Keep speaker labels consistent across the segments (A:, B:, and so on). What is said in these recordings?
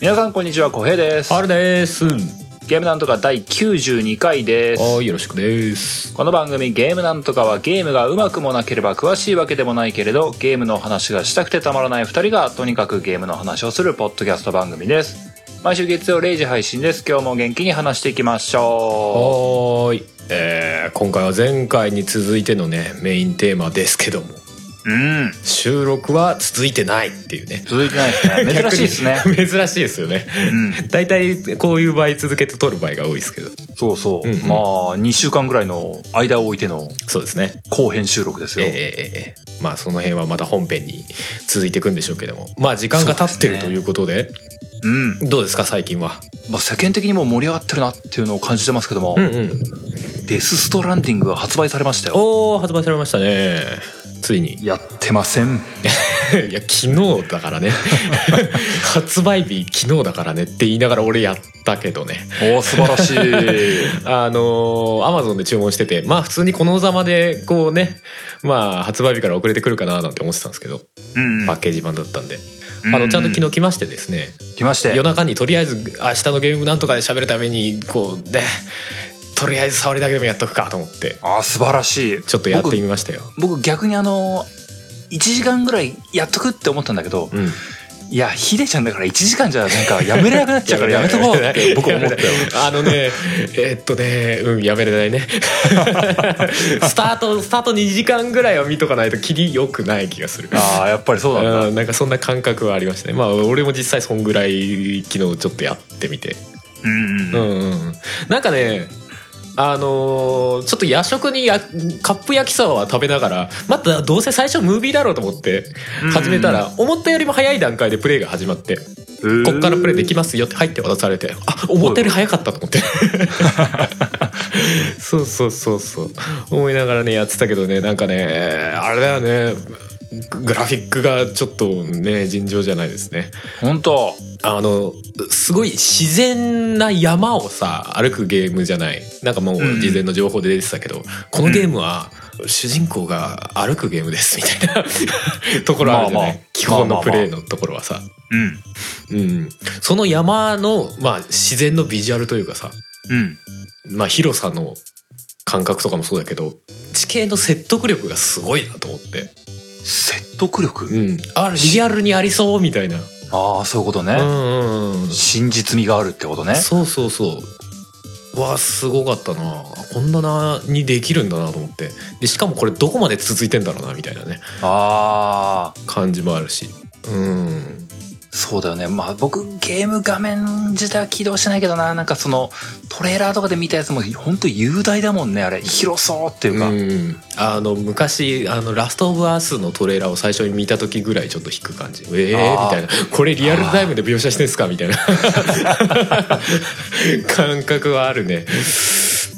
A: 皆さんこんにちは小平です
B: あれです
A: ゲームなんとか第92回です
B: はいよろしくです
A: この番組「ゲームなんとか」はゲームがうまくもなければ詳しいわけでもないけれどゲームの話がしたくてたまらない2人がとにかくゲームの話をするポッドキャスト番組です毎週月曜0時配信です今日も元気に話していきましょ
B: はーいえー、今回は前回に続いてのねメインテーマですけども
A: ううん
B: 収録は続いてないっていうね
A: 続いてないですね珍しいですね
B: 逆に珍しいですよね
A: うん
B: 大体こういう場合続けて撮る場合が多いですけど
A: そうそう、
B: うんうん
A: まあ2週間ぐらいの間を置いての
B: そうですね
A: 後編収録です
B: え
A: よ、
B: えええええまあその辺はまた本編に続いていくんでしょうけどもまあ時間が経ってる
A: そうです
B: と
A: ね
B: いうことで
A: うん、
B: どうですか最近は
A: まあ、世間的にもう盛り上がってるなっていうのを感じてますけども、
B: うんうん
A: デス・ストランディングが発売されましたよ
B: おお発売されましたねついに
A: やってません
B: いや昨日だからね 発売日昨日だからねって言いながら俺やったけどね
A: おお素晴らし い
B: あのー、アマゾンで注文しててまあ普通にこのざまでこうねまあ発売日から遅れてくるかななんて思ってたんですけど
A: うん
B: パッケージ版だったんで、
A: うん
B: あのちゃんと昨日来ましてですね、
A: 来まして
B: 夜中にとりあえず明日のゲームなんとかで喋るためにこうねとりあえず触りだけでもやっとくかと思って
A: ああ素晴らしい
B: ちょっとやってみましたよ。
A: 僕僕逆にあの1時間ぐらいやっとくって思ったんだけど、
B: うん
A: いやヒデちゃんだから1時間じゃなんかやめれなくなっちゃう からやめとこうって僕思ったよ
B: あのねえっとねうんやめ れないねスタートスタート2時間ぐらいは見とかないときりよくない気がする
A: ああやっぱりそうなんだ、
B: うんなんかそんな感覚はありましたねまあ俺も実際そんぐらい昨日ちょっとやってみて
A: うんうん
B: うんうんうんなんかねあのーちょっと夜食にやカップ焼きそばは食べながらまたどうせ最初ムービーだろうと思って始めたら、思ったよりも早い段階でプレイが始まってこっからプレイできますよって入って渡されてあ思ったより早かったと思って そうそうそうそう思いながらねやってたけどねなんかねあれだよねグラフィックがちょっとね尋常じゃないですね
A: 本当
B: あのすごい自然な山をさ歩くゲームじゃないなんかも
A: うん
B: う事前の情報で出てたけど、このゲームは主人公が歩くゲームですみたいな ところあるじゃない、
A: まあまあ
B: 基本
A: まあまあま
B: の
A: あ
B: プレイのところはさ、
A: うん
B: うん、その山の、まあ、自然のビジュアルというかさ、
A: うん
B: まあ、広さの感覚とかもそうだけど地形の説得力がすごいなと思って、
A: 説得力、
B: うん、あリアルにありそうみたいな、
A: ああそういうことね、
B: うんうんうん、
A: 真実味があるってことね
B: そうそうそうわあすごかったなこんななにできるんだなと思ってでしかもこれどこまで続いてんだろうなみたいなね
A: ああ
B: 感じもあるしうん
A: そうだよねまあ僕ゲーム画面自体は起動してないけどななんかそのトレーラーとかで見たやつも本当雄大だもんねあれ広そうっていうか、
B: うんあの昔あの「ラスト・オブ・アース」のトレーラーを最初に見た時ぐらいちょっと引く感じええ
A: あー
B: みたいなこれリアルタイムで描写してんすかみたい な感覚はあるね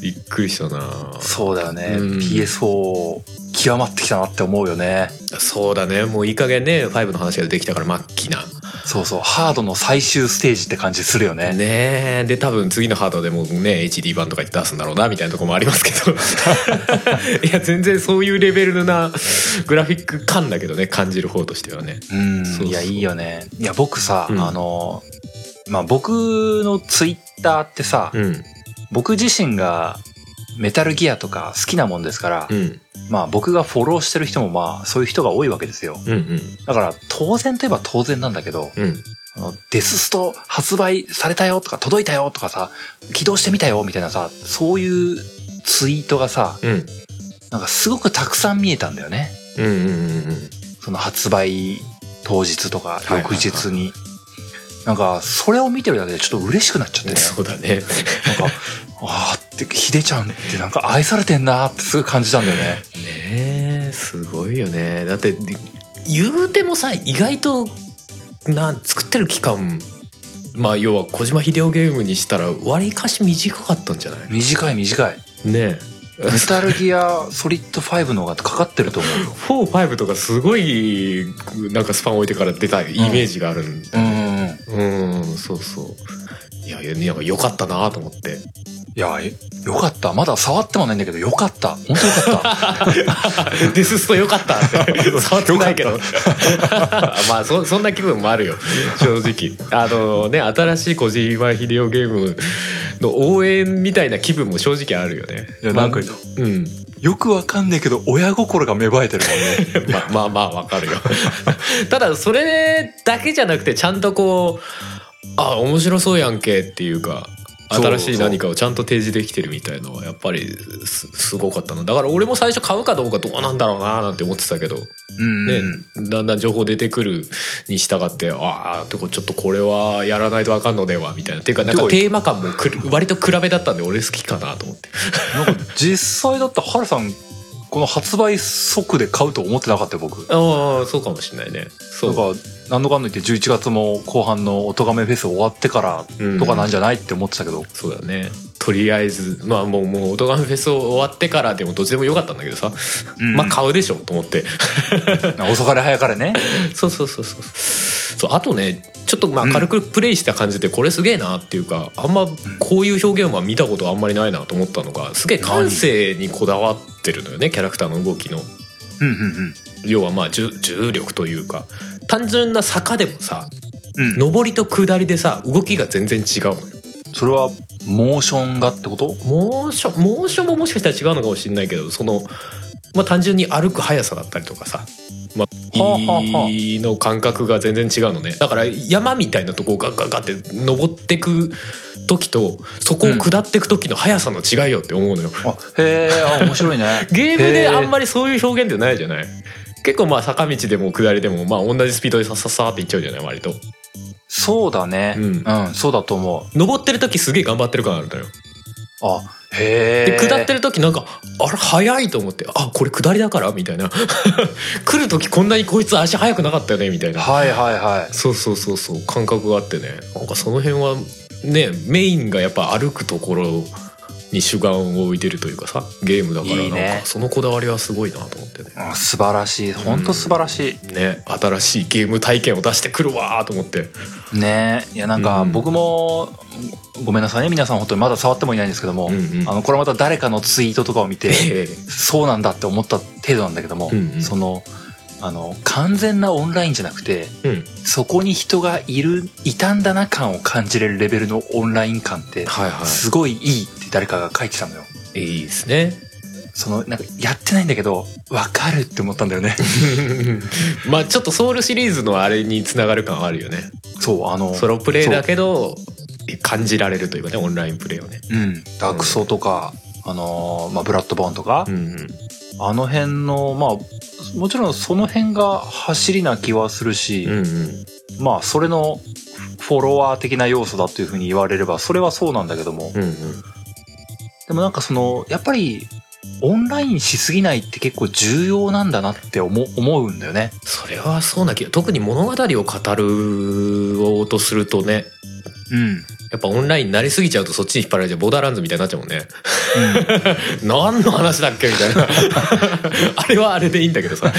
B: びっくりしたな
A: そうだよね、
B: うん
A: PS4 極まってきたなって思うよね
B: そうだねもういい加減ね5の話ができたから末期な
A: そうそうハードの最終ステージって感じするよね
B: ねえで多分次のハードでもね HD 版とか言って出すんだろうなみたいなとこもありますけ どいや全然そういうレベルなグラフィック感だけどね感じる方としてはね
A: うん
B: そうそう
A: いやいいよねいや僕さ、
B: うん
A: あのまあ僕のツイッターってさ、
B: うん
A: 僕自身がメタルギアとか好きなもんですから、
B: うん
A: まあ僕がフォローしてる人もまあそういう人が多いわけですよ。
B: うんうん
A: だから当然といえば当然なんだけど、
B: うん
A: あのデススト発売されたよとか届いたよとかさ、起動してみたよみたいなさ、そういうツイートがさ、
B: うん
A: なんかすごくたくさん見えたんだよね。
B: うんうんうんうん
A: その発売当日とか
B: いはいは
A: 翌
B: い
A: 日に。なんかそれを見てるだけでちょっと嬉しくなっちゃってね。
B: そうだね
A: なんか、あーって、ひでちゃんってなんか愛されてんなーってすごい感じたんだよね。
B: ねえすごいよねだって言うてもさ意外とな作ってる期間まあ要は小島秀夫ゲームにしたら割かし短かったんじゃない
A: 短い短 い。
B: ねえ
A: メタルギアソリッド5の方がかかってると思うよ。
B: 45とかすごいなんかスパン置いてから出たイメージがあるん
A: うんうんうん。
B: うん、そうそういやいやなんか良かったなと思って
A: いや、えよかった。まだ触ってもないんだけど、よかった。本当よかった。
B: デススト良かったって触ってないけど まあそそんな気分もあるよ正直あのね新しい小島秀夫ゲームの応援みたいな気分も正直あるよね
A: いや、なんか、
B: まあうん
A: よくわかんないけど、親心が芽生えてるもんね。
B: まあまあまあ わかるよただそれだけじゃなくてちゃんとこうあ面白そうやんけっていうか
A: そう
B: 新しい何かをちゃんと提示できてるみたいのはやっぱりすすごかったなだから俺も最初買うかどうかどうなんだろうななんて思ってたけど、
A: うん
B: ねだんだん情報出てくるに従ってああてかちょっとこれはやらないとわかんのではみたいなっていうかなんかテーマ感もくる割と比べだったんで俺好きかなと思って
A: なんか、実際だったら、ハルさん、この発売即で買うと思ってなかったよ、僕。
B: ああそうかもしれないねそ
A: な
B: うん
A: か、何度かんの言って11月も後半のおとがめフェス終わってから
B: うん
A: とかなんじゃないって思ってたけど、
B: そうだねとりあえずまあもうもう「オトガメフェス」終わってからでもどっちでもよかったんだけどさ、
A: うん
B: まあ買うでしょと思って
A: 遅かれ早かれね。
B: そうそうそうそうそうあとねちょっとまあ軽くプレイした感じでこれすげえなっていうかあんまこういう表現は見たことあんまりないなと思ったのがすげえ感性にこだわってるのよねキャラクターの動きの
A: うんうん
B: 要はまあ重重力というか単純な坂でもさ
A: うん。うん、
B: 上りと下りでさ動きが全然違うのよ
A: それは、モーションがってこと
B: 猛暑猛暑ももしかしたら違うのかもしれないけどその、まあ、単純に歩く速さだったりとかさ、まあ、
A: はあはあはあ
B: 胃の感覚が全然違うのねだから山みたいなとこをガッガッガッって登ってく時とそこを下ってく時の速さの違いよって思うのよ、
A: あ、へえ、あ、面白い ね。
B: ゲーム
A: へ
B: で
A: ー
B: あんまりそういう表現ってないじゃない結構まあ坂道でも下りでもまあ同じスピードでさっさっさっていっちゃうじゃない割と
A: そうだね。
B: う
A: うんん、そうだと思う。
B: 登ってる時すげえ頑張ってる感あるのよ
A: あ、へ
B: で
A: え。
B: 下ってる時なんかあれ早いと思ってあこれ下りだからみたいな 来る時こんなにこいつ足速くなかったよねみたいな
A: はいはいはい。
B: そうそうそうそう感覚があってねなんかその辺はねメインがやっぱ歩くところに主眼を置いてるというかさゲームだから
A: いいね
B: なんかそのこだわりはすごいなと思ってね
A: うん素晴らしい。ほんと素晴らし
B: ね新しいゲーム体験を出してくるわーと思って
A: い。ねえ。いやなんか
B: うん
A: 僕も、ごめんなさいね、皆さん本当にまだ触ってもいないんですけども、
B: うんうん
A: あの、これまた誰かのツイートとかを見て、
B: え
A: そうなんだって思った程度なんだけども、
B: うんうん
A: その、あの、完全なオンラインじゃなくて、
B: えうん
A: そこに人がいる、いたんだな感を感じれるレベルのオンライン感って、
B: はいは
A: すごいいいって誰かが書いてたのよ。
B: いいいですね
A: その、なんか、やってないんだけど、わかるって思ったんだよね。
B: まあちょっとソウルシリーズのあれにつながる感はあるよね
A: そう、あの、
B: ソロプレイだけど感じられるというかねオンラインプレイをね。
A: うん、ダークソとか、あのーまあ、ブラッドボーンとか、
B: ん
A: あの辺の、まあ、もちろんその辺が走りな気はするし、
B: うん
A: まあ、それのフォロワー的な要素だというふうに言われれば、それはそうなんだけども、
B: うんうん
A: でもなんかその、やっぱり、オンラインしすぎないって結構重要なんだなって思う思うんだよね。
B: それはそうな気が特に物語を語るおうとするとね
A: うん。
B: やっぱオンラインになりすぎちゃうとそっちに引っ張られちゃうボーダーランズみたいになっちゃうもん ね何の話だっけみたい なあれはあれでいいんだけどさ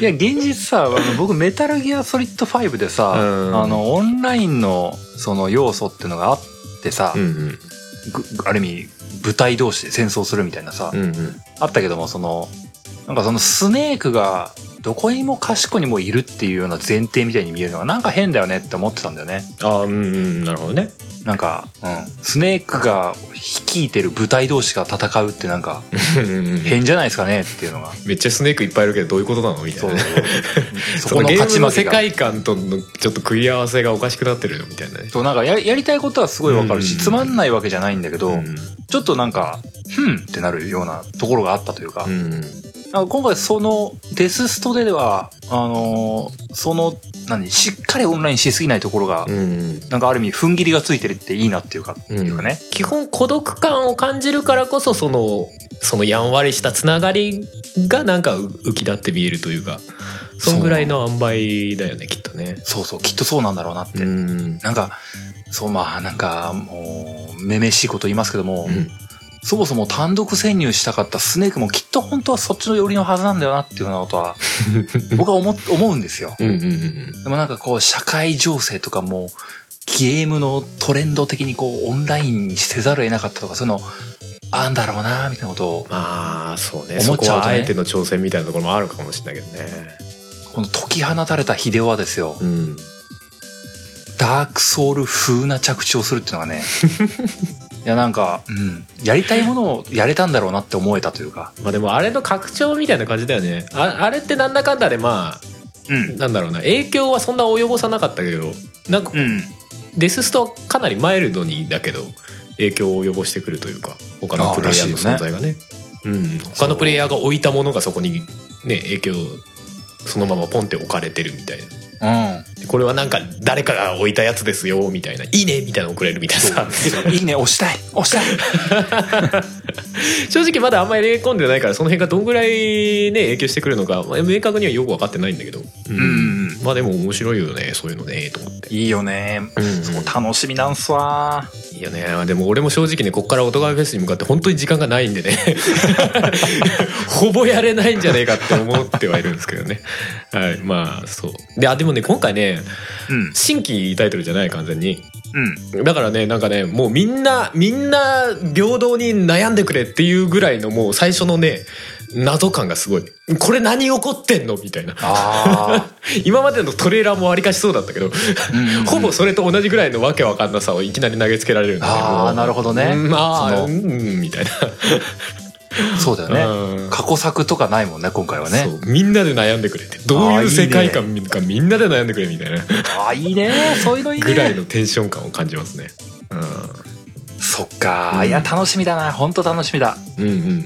A: いや、現実さ、あの僕、メタルギアソリッド5でさ、
B: うん
A: あの、オンラインの、その要素ってのがあってさ、
B: うんうん
A: ぐある意味部隊同士で戦争するみたいなさ、
B: うんうん
A: あったけどもそのなんかそのスネークがどこにもかしこにもいるっていうような前提みたいに見えるのがなんか変だよねって思ってたんだよね
B: あーうんうんなるほどね
A: なんか、うん、スネークが率いてる部隊同士が戦うってなんか
B: うんうんうん
A: 変じゃないですかねっていうのが、
B: めっちゃスネークいっぱいいるけどどういうことなのみたい
A: そ
B: な
A: う
B: ね
A: そ
B: そ
A: こ
B: の
A: の
B: ゲ
A: 勝
B: ー
A: ち
B: ムの
A: 負
B: 世
A: けが
B: 界観とのちょっと食い合わせがおかしくなってるよみたいなね
A: そうなんかややりたいことはすごいわかるし、
B: うん
A: つまんないわけじゃないんだけど、
B: うん
A: ちょっとなんかふんってなるようなところがあったというか、
B: うん
A: なんか今回そのデスストでは、あのーその、何、しっかりオンラインしすぎないところが、
B: うん
A: なんかある意味、踏ん切りがついてるっていいなっていうか、っていうかね。
B: 基本孤独感を感じるからこそそのそのやんわりしたつながりがなんかう浮き立って見えるというかそんぐらいの塩梅だよねきっとね。
A: そうそう、きっとそうなんだろうなって。
B: うん
A: なんか、そう、まあ、なんか、もう、めめしいこと言いますけども、
B: うん
A: そもそも単独潜入したかったスネークもきっと本当はそっちの寄りのはずなんだよなっていうようなことは、僕は思っ、思うんですよ。
B: うんうんうん
A: でもなんかこう、社会情勢とかも、ゲームのトレンド的にこうオンラインにせざるを得なかったとかそういうのあんだろうなみたいなことを
B: まあそうね
A: 思っ
B: そ
A: ち
B: こ
A: ゃうとね
B: はあえての挑戦みたいなところもあるかもしれないけどね
A: この解き放たれた秀夫はですよ
B: うん
A: ダークソウル風な着地をするっていうのが ねいやなんか、うん、やりたいものをやれたんだろうなって思えたというか、
B: まあでもあれの拡張みたいな感じだよねああれってなんだかんだでまあ
A: うん
B: なんだろうな影響はそんな及ぼさなかったけどなんか
A: うん、
B: デスストはかなりマイルドにだけど影響を及ぼしてくるというか他のプレイヤーの存在がねうん、他のプレイヤーが置いたものがそこにね影響そのままポンって置かれてるみたいな
A: うん
B: でこれはなんか誰かが置いたやつですよみたいな「いいね」みたいなの送れるみたいなさ
A: いいね押したい押したい
B: 正直まだあんまり入れ込んでないからその辺がどんぐらいね影響してくるのかまあ明確にはよく分かってないんだけど、うん
A: ん
B: まあでも面白いよねそういうのねと思って。
A: いいよね
B: うん
A: そう楽しみなんすわ
B: いいよねでも俺も正直ねこっから音楽フェスに向かって本当に時間がないんでね ほぼやれないんじゃねえかって思ってはいるんですけどねはいまあそうであでもね今回ね
A: うん
B: 新規タイトルじゃない完全に
A: うん
B: だからねなんかねもうみんなみんな平等に悩んでくれっていうぐらいのもう最初のね謎感がすごいこれ何起こってんのみたいな
A: あ
B: 今までのトレーラーもわりかしそうだったけど、
A: うん
B: ほぼそれと同じぐらいのわけわかんなさをいきなり投げつけられるんだけど
A: あーなるほどね
B: うんまあ
A: その
B: うんうんみたいな
A: あそうだよね
B: うん
A: 過去作とかないもんね今回はね
B: そうみんなで悩んでくれってどう
A: あーいい
B: いう
A: ね
B: 世界観かみんなで悩んでくれみたいな
A: ああいいねそういうのいいね
B: ぐらいのテンション感を感じますね、う
A: そっか、
B: うん
A: いや楽しみだな本当楽しみだ
B: ん、うんうんうん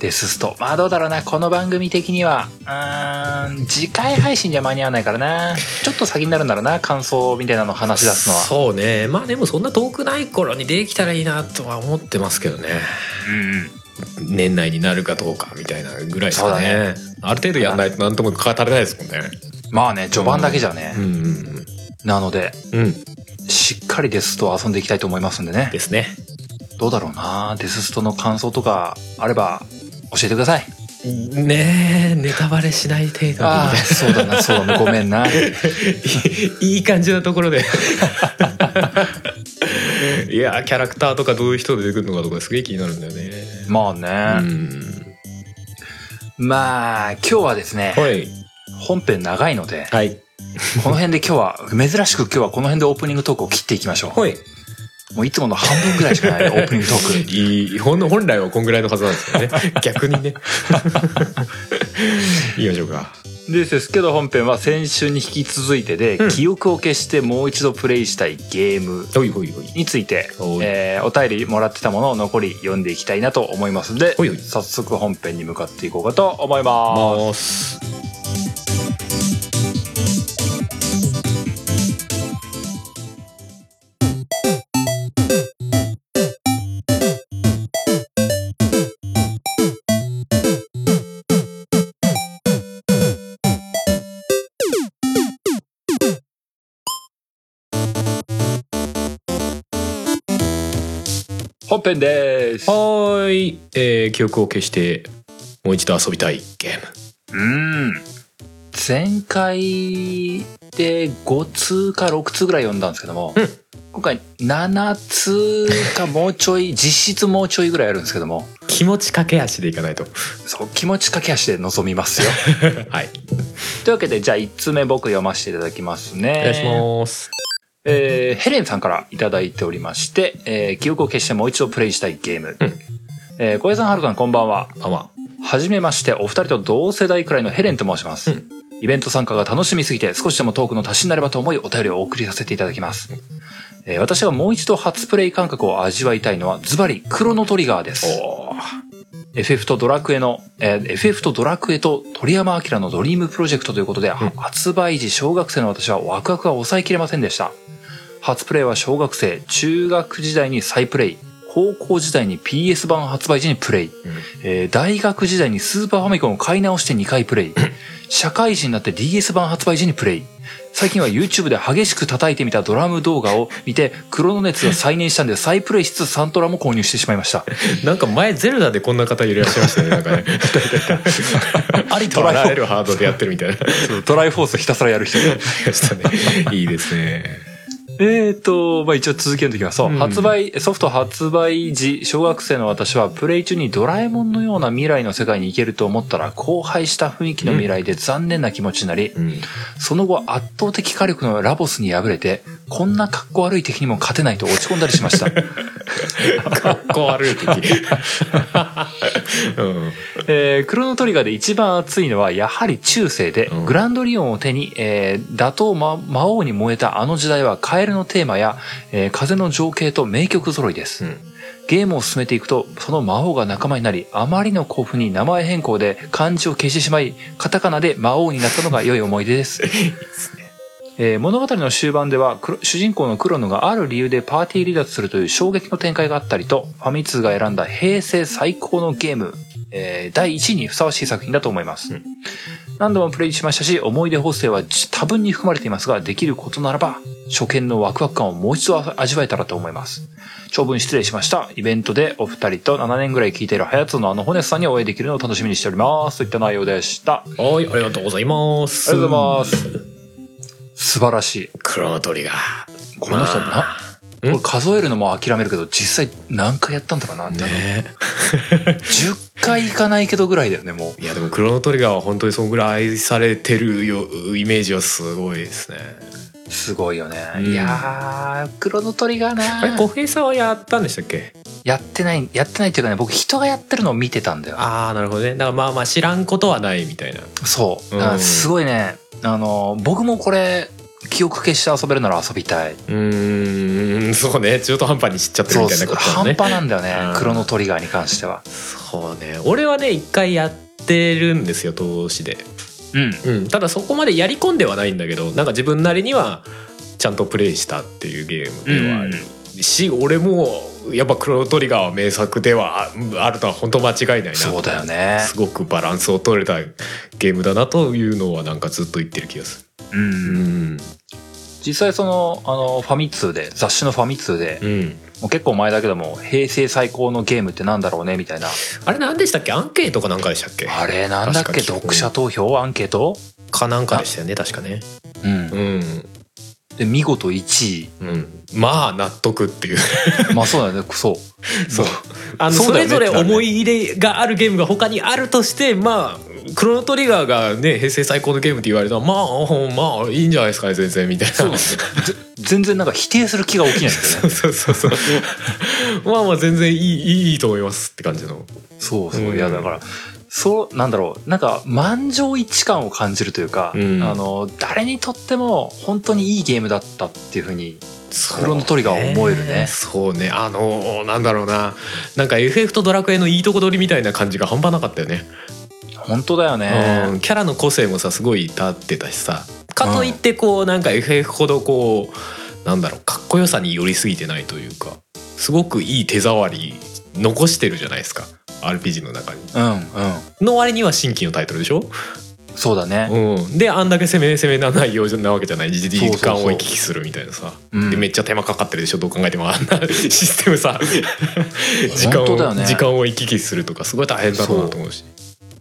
A: デスストまあどうだろうなこの番組的にはうーん次回配信じゃ間に合わないからなちょっと先になるんだろうな感想みたいなのを話し出すのは
B: そうねまあでもそんな遠くない頃にできたらいいなとは思ってますけどね
A: うんうん
B: 年内になるかどうかみたいなぐらいです
A: そうだ
B: かね
A: ね
B: ある程度やんないと何とも語れないですもんね
A: まあね序盤だけじゃね
B: う、んうん
A: なので
B: うんうん
A: しっかりデスストを遊んでいきたいと思いますんでね
B: ですね
A: どうだろうなデスストの感想とかあれば教えてください
B: ねえネタバレしない程度にみたいな
A: ああそうだなそうだなごめんな
B: いい感じなところで いやーキャラクターとかどういう人出てくるのかとかすげえ気になるんだよね
A: まあ
B: う
A: ね、
B: ん
A: まあ今日はですね
B: はい
A: 本編長いので
B: はい
A: この辺で今日は、珍しく今日はこの辺でオープニングトークを切っていきましょ。
B: いう
A: もういつもの半分ぐらいしかないオ ープニングトーク。
B: いいほんの本来はこんぐらいのはずなんですけどね 逆にねいきましょうか
A: ですですけど本編は先週に引き続いてで、
B: うん
A: 記憶を消してもう一度プレイしたいゲーム
B: ほいほいほい
A: について
B: お、い
A: えーお便りもらってたものを残り読んでいきたいなと思いますので
B: おいおい、
A: 早速本編に向かっていこうかと思います。
B: まーす
A: 本編です。
B: は
A: う
B: ーい、えー記憶を消してもう一度遊びたいゲーム
A: ん。前回で5通か6通ぐらい読んだんですけども、
B: うん
A: 今回7通かもうちょい、実質もうちょいぐらいあるんですけども、
B: 気持ち駆け足でいかないと
A: そう、気持ち駆け足で臨み ますよ。
B: はい
A: というわけで、じゃあ1通目僕読ませていただきますね。
B: お願いします
A: えーヘレンさんからいただいておりまして、えー記憶を消してもう一度プレイしたいゲーム。
B: うん
A: えー小江さん、はるさん、こんばんは。
B: あま
A: はじめまして、お二人と同世代くらいのヘレンと申します。
B: うん
A: イベント参加が楽しみすぎて、少しでもトークの足しになればと思い、お便りをお送りさせていただきます。えー私がもう一度初プレイ感覚を味わいたいのは、ズバリ、クロノトリガーです。
B: おー
A: FF とドラクエの、えー FF とドラクエと鳥山明のドリームプロジェクトということで、発売時小学生の私はワクワクは抑えきれませんでした。初プレイは小学生、中学時代に再プレイ、高校時代に PS 版発売時にプレイ、えー大学時代にスーパーファミコンを買い直して2回プレ イ。社会人になって DS 版発売時にプレイ。最近は YouTube で激しく叩いてみたドラム動画を見て、クロノネツが再燃したんで再プレイしつつサントラも購入してしまいま した。
B: なんか前ゼルダでこんな方いらっしゃいましたねなんか ね
A: あり
B: 捉られ るハードでやってるみたいな
A: トライフォースひたすらやる人。
B: いいですね
A: えーと、まあ一応続けるときは、そう、
B: うん
A: 発売、ソフト発売時、小学生の私はプレイ中にドラえもんのような未来の世界に行けると思ったら、荒廃した雰囲気の未来で残念な気持ちになり、
B: うん、
A: その後圧倒的火力のラボスに敗れて、こんな格好悪い敵にも勝てないと落ち込んだりしました。
B: かっこ悪い 敵、うん、
A: えークロノトリガーで一番熱いのはやはり中世で、
B: うん
A: グランドリオンを手に、えー打倒魔魔王に燃えたあの時代はカエルのテーマや、えー風の情景と名曲揃いです、
B: うん
A: ゲームを進めていくとその魔王が仲間になりあまりの興奮に名前変更で漢字を消してしまいカタカナで魔王になったのが良い思い出です えー物語の終盤ではクロ主人公のクロノがある理由でパーティー離脱するという衝撃の展開があったりとファミ通が選んだ平成最高のゲーム、えー第1位にふさわしい作品だと思います、
B: うん
A: 何度もプレイしましたし思い出補正はじ多分に含まれていますができることならば初見のワクワク感をもう一度あ味わえたらと思います長文失礼しましたイベントでお二人と7年ぐらい聞いているハヤツのあのホネスさんにお会いできるのを楽しみにしておりますといった内容でしたあり
B: はいありがとうございます
A: がとうございます素晴らしい
B: クロノトリガー
A: この人
B: ま
A: な、これ数えるのも諦めるけど、実際何回やったんだかな、
B: ね
A: 10回いかないけどぐらいだよね、も
B: いやでもクロノトリガーは本当にそんぐらい愛されてるよイメージはすごいですね
A: う。すごいよね。
B: うん
A: いやー、クロノトリガー
B: あれ
A: な
B: 小平さんはやったんでしたっけ
A: やってない、やってないっていうかね、僕人がやってるのを見てたんだよ。
B: ああなるほどねだからまあまあ知らんことはないみたいな
A: そう。
B: うん
A: だからすごいね、あの、僕もこれ、記憶消して遊べるなら遊びたい。
B: うーんそうね中途半端に知っちゃってる
A: そ
B: み
A: う、
B: たいなことだ
A: 半
B: ね
A: 端なんだよ
B: う
A: ね
B: ん、
A: クロノトリガーに関しては。
B: そうね俺はね一回やってるんですよ投資で、
A: うん。
B: うん、ただそこまでやり込んではないんだけどなんか自分なりにはちゃんとプレイしたっていうゲームではあるし、俺もやっぱ「クロノトリガー」は名作ではあるのは本当間違いないな
A: そうだよね。
B: すごくバランスを取れたゲームだなというのはなんかずっと言ってる気がす
A: う。
B: るうんん
A: 実際その、あの、ファミ通で、雑誌のファミ通で、
B: うん
A: もう結構前だけども、平成最高のゲームってなんだろうね、みたいな。
B: あれ何でしたっけアンケートかなんかでしたっけ
A: あれ、なんだっけ、
B: 確か聞く
A: 読者投票アンケート
B: かなんかでしたよね確かね
A: うん
B: う。ん
A: で、見事1
B: うんまあ納得っていう
A: 位。まあそうだよね、 そう。
B: そう あの
A: そ
B: そう
A: だよ
B: れ
A: ね
B: ぞれ思い入れがあるゲームが他にあるとしてまあクロノトリガーがね平成最高のゲームって言われたらまあほんまあいいんじゃないですかね全然みたいな
A: そうぜ全然なんか否定する気が起きないんだよね。
B: そうそうそうまあまあ全然いいいいと思いますって感じの
A: そうそうう。
B: ん
A: いや、だから、そう、なんだろう。なんか、満場一致感を感じるというか、あ
B: うん
A: の、誰にとっても本当にいいゲームだったっていうふうに、
B: そう
A: クロノトリガーを思えるね
B: そうねあのなんだろうななんか FF とドラクエのいいとこ取りみたいな感じが半端なかったよね、
A: 本当だよ
B: う
A: ね。
B: ん、キャラの個性もさすごい立ってたしさかといってこうなんか FF ほどこうなんだろうかっこよさに寄りすぎてないというかすごくいい手触り残してるじゃないですか RPG の中に
A: うん、うん。
B: の割には新規のタイトルでしょ、
A: そうだね。
B: うん、であんだけ攻め攻めな内容なわけじゃない
A: そ
B: 時
A: うそうそう
B: 間を行き来するみたいなさ
A: うん
B: でめっちゃ手間かかってるでしょどう考えてもあ んなシステムさ時間
A: 本当だよ
B: を、
A: ね
B: 時間を行き来するとかすごい大変だろうなと思うし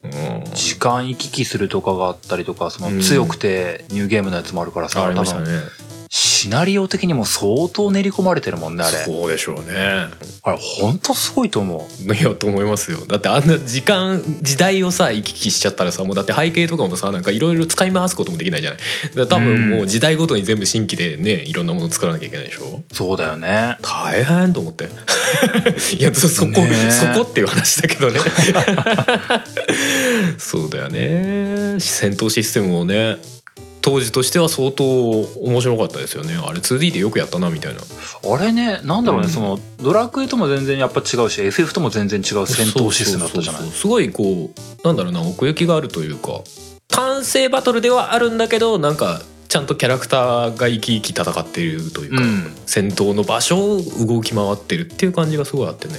B: うん
A: 時間行き来するとかがあったりとか、そ
B: うん
A: の強くてニューゲームのやつもあるからさ、
B: あり
A: 多
B: ました
A: 分
B: ね
A: シナリオ的にも相当練り込まれてるもんね、あれ。
B: そうでしょうね
A: あれ、ほんとすごいと思う。
B: いやと思いますよだってあんな時間時代をさ行き来しちゃったらさもうだって背景とかもさなんかいろいろ使い回すこともできないじゃないだから多分もう時代ごとに全部新規でねいろんなもの作らなきゃいけないでしょ
A: そうだよね。
B: 大変と思って いやそそこ、
A: ねえ
B: そこっていう話だけどね そうだよね戦闘システムをね当時としては相当面白かったですよねあれ 2D でよくやったなみたいな
A: あれね、なんだろうね、
B: うん
A: その、ドラクエとも全然やっぱ違うし、FF とも全然違う戦闘システムだったじゃない
B: そうそうそうすごいこうなんだろうな奥行きがあるというか単性バトルではあるんだけどなんかちゃんとキャラクターが生き生き戦っているという
A: う
B: か、
A: ん。
B: 戦闘の場所を動き回ってるっていう感じがすごいあってね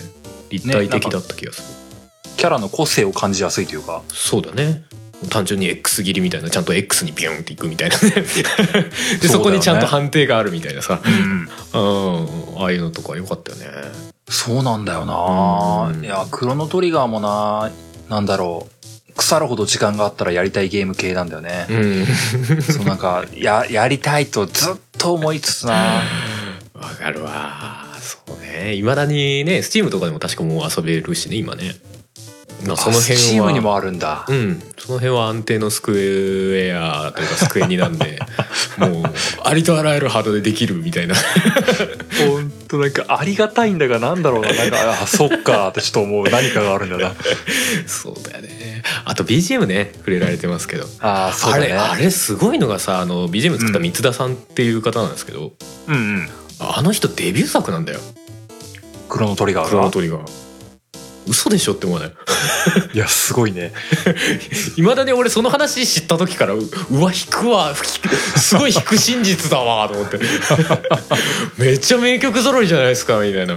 B: 立体的だった気がする、
A: キャラの個性を感じやすいというか。
B: そうだね単純に X 切りみたいなちゃんと X にビュンっていくみたいなねで
A: そうだよね
B: そこにちゃんと判定があるみたいなさ、
A: うん。
B: うん、ああいうのとか良かったよね
A: そうなんだよな、
B: うん
A: いや、クロノトリガーもななんだろう。腐るほど時間があったらやりたいゲーム系なんだよ ね。
B: うん。
A: そうなんか、や、やりたいとずっと思いつつな。
B: わかるわ。そうね。いまだにね、Steam とかでも確かもう遊べるしね、今ね。まあ、その辺は。
A: チームにもあるんだ
B: う。ん、その辺は安定のスクエアというかスクエニな んでもうありとあらゆるハードでできるみたいな
A: ほんとなんかありがたいんだがなんだろうな。なんか、あ、そっかってちょっと思う何かがあるんだな。
B: そうだよねあと BGM ね触れられてますけど、
A: ああ、そう
B: あ
A: だ
B: れ
A: ね。
B: あれすごいのがさあの BGM 作った
A: うん
B: 三田さんっていう方なんですけど、
A: うんうん。
B: あの人デビュー作なんだよ
A: クロノトリ
B: 「
A: ガ
B: クロノ
A: ーが。
B: トリガー」嘘でしょって思わない
A: いや、すごいね。
B: いまだに俺その話知った時からううわ引くわ引くすごい引く真実だわと思って めっちゃ名曲揃いじゃないですかみたいな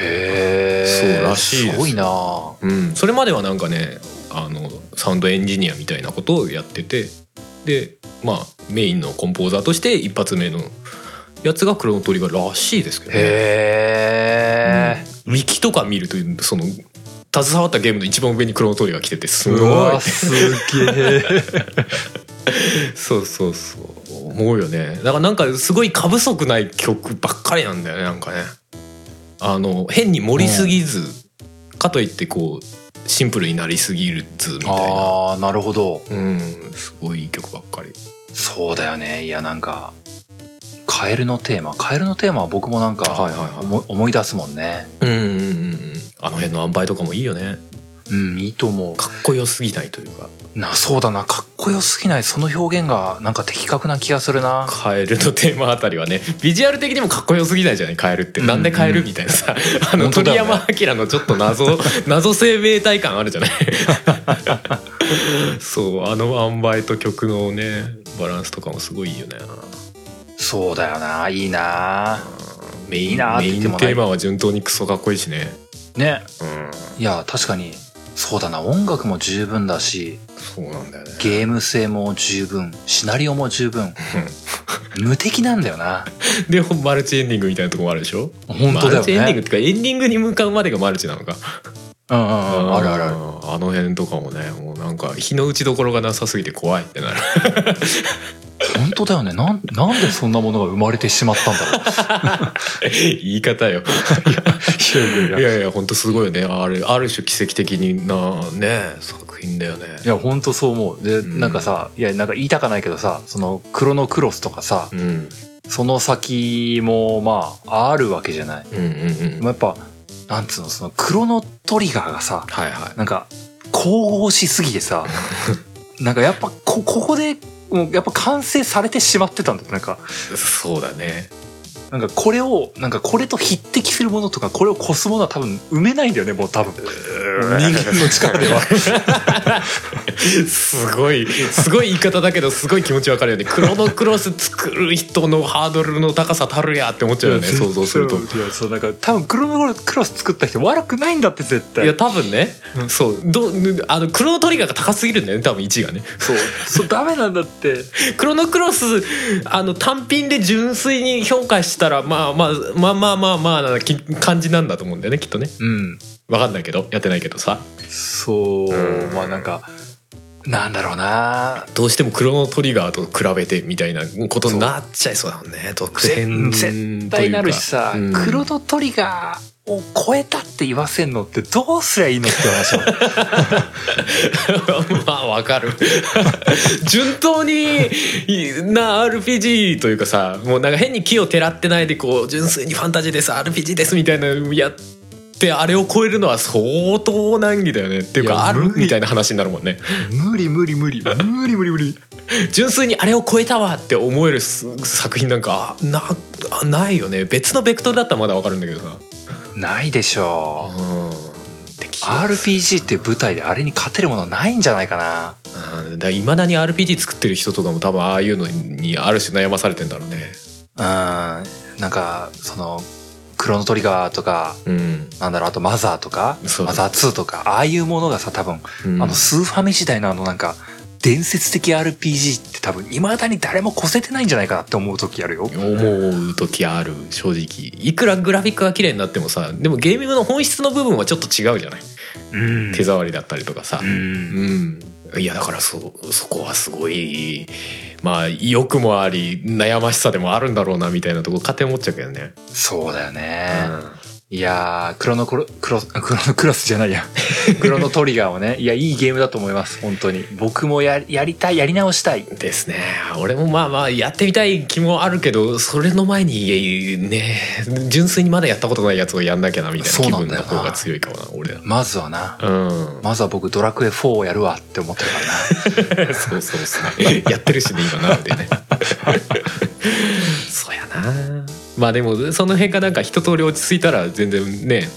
A: へえ。
B: そうらしいです
A: すごいな。
B: うん、それまではなんかねあのサウンドエンジニアみたいなことをやっててでまあメインのコンポーザーとして一発目のやつがクロノトリガーらしいですけどね、
A: へえ。
B: うんウィキとか見るとその携わったゲームの一番上にクロノトリガー来ててす
A: う
B: ごい
A: わ、すげえ。
B: そうそうそう思うよねだからなんかすごい過不足ない曲ばっかりなんだよねなんかねあの変に盛りすぎず、かといってこうシンプルになりすぎるずみたいな
A: ああ、なるほど。
B: うん、すごいいい曲ばっかり。
A: そうだよね。いや、なんか、カエルのテーマ。カエルのテーマは僕もなんか、
B: はいはいはい
A: 思い思い出すもんね。
B: うんうんうんうん。あの辺の塩梅とかもいいよね。
A: うん、いいと思
B: かっこよすぎないというか。
A: う。な、そうだな。かっこよすぎない。その表現が、なんか的確な気がするな。
B: カエルのテーマあたりはね、ビジュアル的にもかっこよすぎないじゃないカエルって。
A: うん
B: なんでカエルみたいなさ、あの
A: 本当
B: 鳥
A: だよね
B: 山明のちょっ と謎、謎生命体感あるじゃない そう、あの塩梅と曲のね、バランスとかもすごいいいよね。
A: そうだよな。いいな。
B: メイン
A: いいなーっ
B: メ
A: て
B: イ
A: 言
B: ン
A: ってもない
B: テーマは順当にクソかっこいいしね。
A: ね。
B: うん。
A: いや、確かに、そうだな。音楽も十分だし、
B: そうなんだよね。
A: ゲーム性も十分、シナリオも十分。無敵なんだよな。
B: でマルチエンディングみたいなとこもあるでしょ
A: 本当だよね
B: マルチエンディングっていうかエンディングに向かうまでがマルチなのか
A: うんうんうん。あるあるある。
B: あの辺とかもねもうなんか日の打ちどころがなさすぎて怖いってなる
A: 本当だよね。なん、なんでそんなものが生まれてしまったんだろう。
B: 言い方よ
A: いやいやい
B: い
A: や。
B: やいや本当すごいよねあれある種奇跡的なね作品だよね
A: いや、本当そう思う。で、
B: ん
A: なんかさ、いや、なんか言いたかないけどさ、その、クロノクロスとかさ
B: う、ん、うん
A: その先も、まあ、あるわけじゃない。
B: うんうん
A: まあやっぱ、なんつうの、その、クロノトリガーがさ、
B: はいはい
A: なんか、神々しすぎて さ、なんかやっぱ、こ、ここで、もうやっぱ完成されてしまってたんだよ。なんか、
B: そうだね
A: なんかこれを、なんかこれと匹敵するものとか、これを越すものは多分埋めないんだよね、もう多分。人間の力では。
B: すごいすごい言い方だけどすごい気持ちわかるよねクロノクロス作る人のハードルの高さたるやって思っちゃうよね想像すると
A: そういやそうなんか多分クロノクロス作った人悪くないんだって絶対
B: いや多分ね、
A: うん
B: そうどぬあのクロノトリガーが高すぎるんだよね多分1位がね
A: そうそうダメなんだって
B: クロノクロスあの単品で純粋に評価したらまあまあまあまあまあまあなき感じなんだと思うんだよねきっとね
A: うん
B: わかんないけどやってないけどさ
A: そう
B: うん
A: まあなんかなんだろうな
B: どうしてもクロノトリガーと比べてみたいなことになっちゃいそうだもんね特典
A: ぜ絶対なるしさ、
B: というかうん
A: クロノトリガーを超えたって言わせんのってどうすりゃいいのって話 を
B: まあわかる 順当にな RPG というかさもうなんか変に木をてらってないでこう純粋にファンタジーです RPG ですみたいなのやってあれを超えるのは相当難儀だよねっていう
A: い
B: か
A: や
B: ある
A: 無理
B: みたいな話になるもんね
A: 無理無理無理無理無理無理
B: 純粋にあれを超えたわって思えるす作品なんかなあないよね別のベクトルだったらまだわかるんだけどさ
A: ないでしょう
B: うんでき
A: RPG っていう舞台であれに勝てるものないんじゃないかな
B: うんいまだに RPG 作ってる人とかも多分ああいうのにある種悩まされてんだろうね
A: うん、なんか、その、クロノトリガーとか、
B: うん
A: なんだろう、あとマザーとか、
B: そう
A: マザー2とか、ああいうものがさ、多分、
B: うん
A: あの、スーファミ時代のあのなんか、伝説的 RPG って多分、未だに誰も越せてないんじゃないかなって思う時あるよ。
B: 思う時ある正直いくらグラフィックが綺麗になってもさでもゲーミングの本質の部分はちょっと違うじゃない
A: うん
B: 手触りだったりとかさ
A: う、ん
B: うん、いやだからそそこはすごいまあ良くもあり悩ましさでもあるんだろうなみたいなとこ勝手に思っちゃうけどね、
A: そうだよね、
B: うん
A: いやークロノクロクロスあクロノクロスじゃない やクロノトリガーもねいやいいゲームだと思います本当に僕もややりたいやり直したい
B: ですね俺もまあまあやってみたい気もあるけどそれの前にね純粋にまだやったことないやつをやんなきゃなみたいな
A: そう
B: 気
A: なん
B: 分
A: だよ
B: の
A: な
B: 方が強いかもな俺ら
A: まずはな
B: うん
A: まずは僕ドラクエ4をやるわって思ってるからな
B: そうそうそう、ね、 やってるしね今なのでね そうやなまあでもその辺がなんか一通り落ち着いたら全然ね、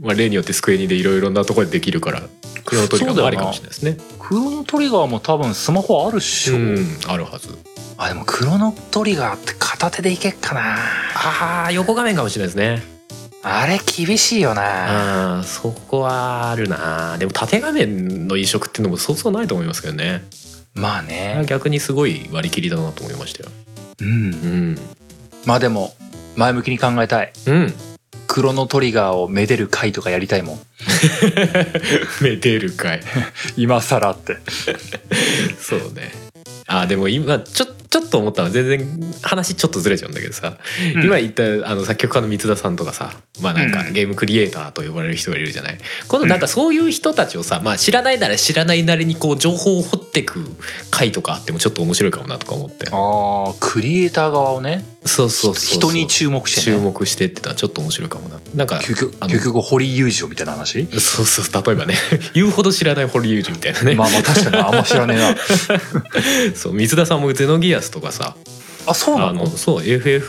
B: まあ、例によってスクエニでいろいろなところでできるからクロノトリガーもありかもしれないですね
A: クロノトリガーも多分スマホあるっしょ、
B: うんあるはず
A: あでもクロノトリガーって片手でいけっかな
B: ああ横画面かもしれないですね
A: あれ厳しいよな
B: あーそこはあるなでも縦画面の移植っていうのもそうそうないと思いますけどね
A: まあね
B: 逆にすごい割り切りだなと思いましたよ
A: うん
B: うん
A: まあでも前向きに考えたい
B: うん
A: クロノトリガーをめでる回とかやりたいもん
B: めでるかい
A: 今更って
B: そうねあでも今ちょちょっと思ったのは全然話ちょっとずれちゃうんだけどさ、
A: うん
B: 今言ったあの作曲家の三田さんとかさまあなんか
A: うん
B: ゲームクリエイターと呼ばれる人がいるじゃない今度なんかそういう人たちをさ、まあ、知らないなら知らないなりにこう情報を掘ってく回とかあってもちょっと面白いかもなとか思って
A: ああクリエイター側をね
B: そうそうそうそう
A: 人に注目して、
B: 注
A: ね、
B: 目してってのはちょっと面白いかもななんか
A: 究極
B: あの
A: 究極堀井雄二をみたいな話
B: そうそう例えばね 言うほど知らない堀裕二みたいなね、
A: まあまあ確かにあんま知らねえ な
B: そう水田さんもゼノギアスとかさ
A: あそうな
B: あ
A: の
B: のそう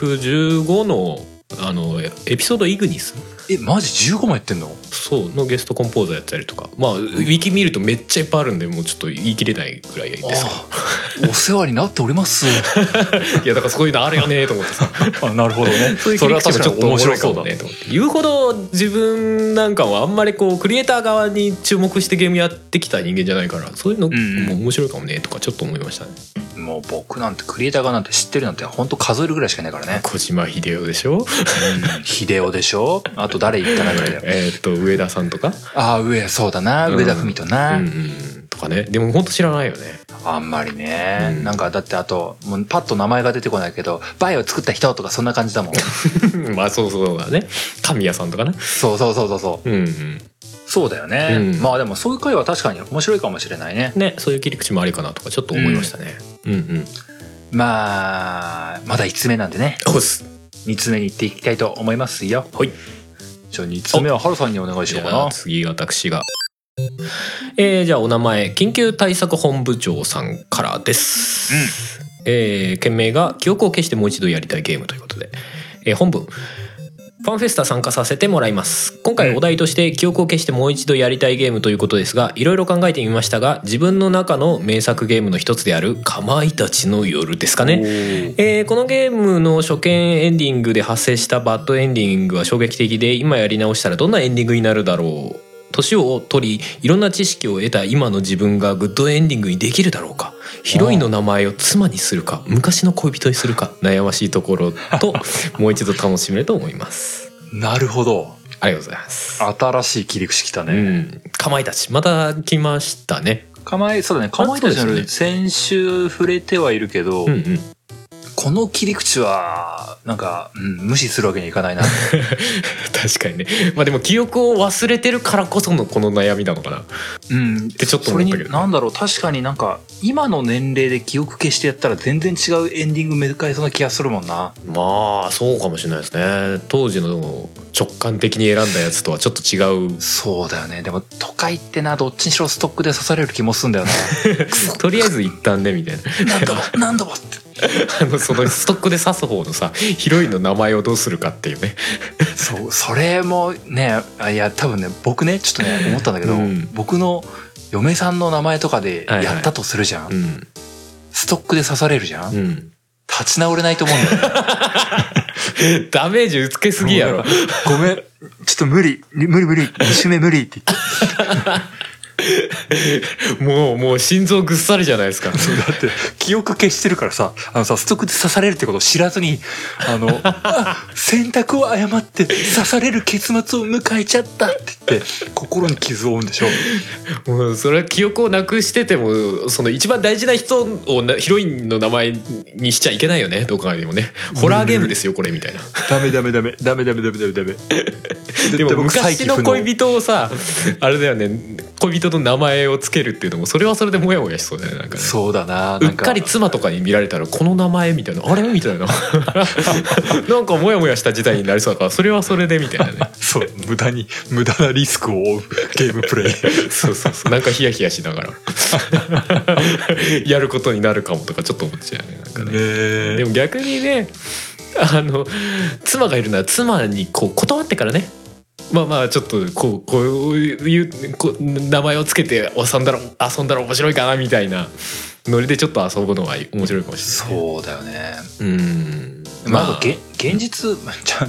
B: FF15 のあのエエピソード「イグニス
A: えマジ15もやってんの」
B: そうのゲストコンポーザーやったりとかまあウィキ見るとめっちゃいっぱいあるんでもうちょっと言い切れないぐらいですけど
A: あーお世話になっております
B: いやだからそういうのあるよねと 思ってさ
A: あなるほどね
B: そうい う
A: それは確かに面白そうだ
B: 切り口
A: ね
B: もちょっと面白いかもねと思って言うほど自分なんかはあんまりこうクリエイター側に注目してゲームやってきた人間じゃないからそういうの
A: ん
B: も面白いかもねとかちょっと思いましたね、
A: もう僕なんてクリエイター側なんて知ってるなんて本当数えるぐらいしかいないから ね
B: 小島秀夫でしょ
A: 秀夫でしょあと誰言ったなぐら いだよ
B: えーっと上田さんとか、
A: ああ上そうだな
B: うん
A: 上田文人
B: う
A: な、
B: んうん、とかねでも本当知らないよね
A: あんまりね、
B: うん
A: なんかだってあともうパッと名前が出てこないけどバイを作った人とかそんな感じ だもん
B: まあそうそうだね神谷さんとかね
A: そうそうそうそうそう
B: うんうん
A: そうだよね、
B: うん
A: まあでもそういう回は確かに面白いかもしれないね
B: ねそういう切り口もありかなとかちょっと思いましたねうんうん
A: まあまだ5つ目なんでね
B: おっす
A: 2つ目に行っていきたいと思いますよ
B: はい
A: じゃあ2つ目はハルさんにお願いし
B: じ
A: ようか
B: ゃ
A: な
B: あ次私がえーじゃあお名前緊急対策本部長さんからです、えー件名が記憶を消してもう一度やりたいゲームということで、えー本文ファンフェスタ参加させてもらいます今回お題として記憶を消してもう一度やりたいゲームということですがいろいろ考えてみましたが自分の中の名作ゲームの一つである「かまいたちの夜」ですかね
A: ね
B: えーこのゲームの初見エンディングで発生したバッドエンディングは衝撃的で今やり直したらどんなエンディングになるだろう年を取りいろんな知識を得た今の自分がグッドエンディングにできるだろうかヒロインの名前を妻にするか昔の恋人にするか悩ましいところともう一度楽しめると思います
A: なるほど
B: ありがとうございます
A: 新しい切り口きた
B: う
A: ね、
B: んかまいたちまた来ましたね
A: かまいそうだねかまいたちの
B: そう
A: 夜
B: です
A: 先週触れてはいるけど、
B: うんうん
A: この切り口はなんか、うん、無視するわけにいかないな
B: 確かにねまあでも記憶を忘れてるからこそのこの悩みなのかな
A: うん
B: てちょっと思った
A: そ
B: けど
A: れになんだろう確かになんか今の年齢で記憶消してやったら全然違うエンディング目えそうな気がするもんな
B: まあそうかもしれないですね当時の直感的に選んだやつとはちょっと違う
A: そうだよねでも都会ってなどっちにしろストックで刺される気もすんだよ な
B: とりあえず一旦ねみたいな
A: 何度も何度もって
B: あのそのストックで刺す方のさヒロインの名前をどうするかっていうね
A: そうそれもねあいや多分ね僕ねちょっと ね思ったんだけど、
B: うん
A: 僕の嫁さんの名前とかでやったとするじゃん、
B: うん
A: ストックで刺されるじゃん、
B: うん
A: 立ち直れないと思うんだよ ね
B: ダメージ受けすぎやろ
A: ごめん、ちょっと無理、無理無理、2周目無理って言って。
B: もうもう心臓ぐっさりじゃないですか
A: だって 記憶消してるからさあのさストックで刺されるってことを知らずにあ のあ選択を誤って刺される結末を迎えちゃったって言って心に傷を負うんでしょ
B: もうそれは記憶をなくしててもその一番大事な人をなヒロインの名前にしちゃいけないよねどこかでもねホラーゲームですよこれみたいな
A: ダメダメダメダメダ メダメダメダメ
B: でも
A: 絶
B: 昔
A: 対
B: の
A: 僕
B: 恋人をさあれだよね恋人の名前をつけるっていうのもそれはそれでモヤモヤしそうだよねなんかね
A: そうだな
B: う
A: な
B: っ
A: ん
B: かり妻とかに見られたらこの名前みたいなあれみたいな なんかモヤモヤした事態になりそうだからそれはそれでみたいなね
A: そう無駄に無駄なリスクを負うゲームプレ イ
B: そうそうそうなんかヒヤヒヤしながら やることになるかもとかちょっと思っちゃうよねなんかね
A: ね
B: でも逆にねあの妻がいるなら妻にこう断ってからねまあまあちょっとこうこういうこう名前をつけて遊んだら遊んだら面白いかなみたいなノリでちょっと遊ぶのは面白いかもしれない。
A: そうだよね
B: ううん
A: まあ、げ現実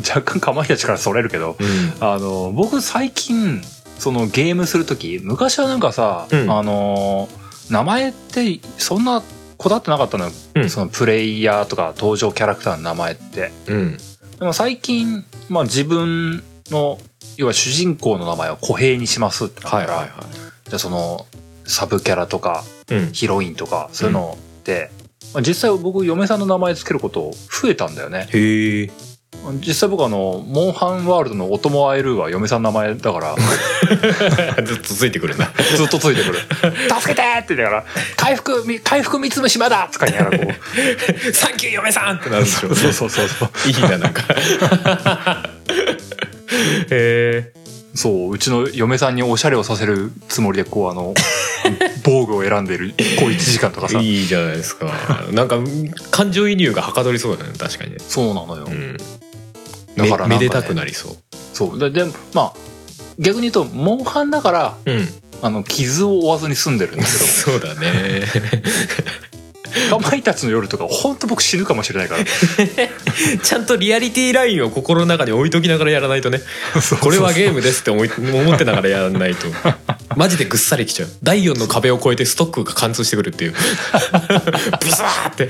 A: じゃ 若干かまいたちからそれるけど
B: うん
A: あの僕最近そのゲームする時昔はなんかさ、
B: うん
A: あの名前ってそんなこだわってなかったのよ、
B: うん
A: そのプレイヤーとか登場キャラクターの名前って
B: うん
A: でも最近、まあ、自分の要は主人公の名前を小平にしますってなった
B: はい
A: ら、
B: はいは
A: じゃあそのサブキャラとか
B: い。うん
A: ヒロインとかそういうのって、まあ実際僕嫁さんの名前つけること増えたんだよね
B: へえ。
A: 実際僕あのモンハンワールドの「おともあえる」は嫁さんの名前だ から
B: ずっとついてくるな。
A: ずっとついてくる「助けて!」って言いながら「回復み回復三つ虫まだ!」とか言いながらこう
B: サンキュー嫁さんってなるでしょ。
A: そうそうそうそう
B: いいななんか。 へえ。
A: そううちの嫁さんにおしゃれをさせるつもりでこうあの防具を選んでる小1時間とかさ
B: いいじゃないですか。なんか感情移入がはかどりそうだね確かにね。
A: そうなのよ、
B: うん。
A: だからなんかね
B: めめでたくなりそう。
A: そうででもまあ逆に言うとモンハンだから
B: うん。
A: あの傷を負わずに済んでるんだけど
B: そうだね。
A: かまいたちの夜とか本当僕死ぬかもしれない から
B: ちゃんとリアリティラインを心の中に置いときながらやらない とね。これはゲームですって思い思ってながらやらない と。マジでぐっさりきちゃう。第4の壁を越えてストックが貫通してくるって いう。ブサー って。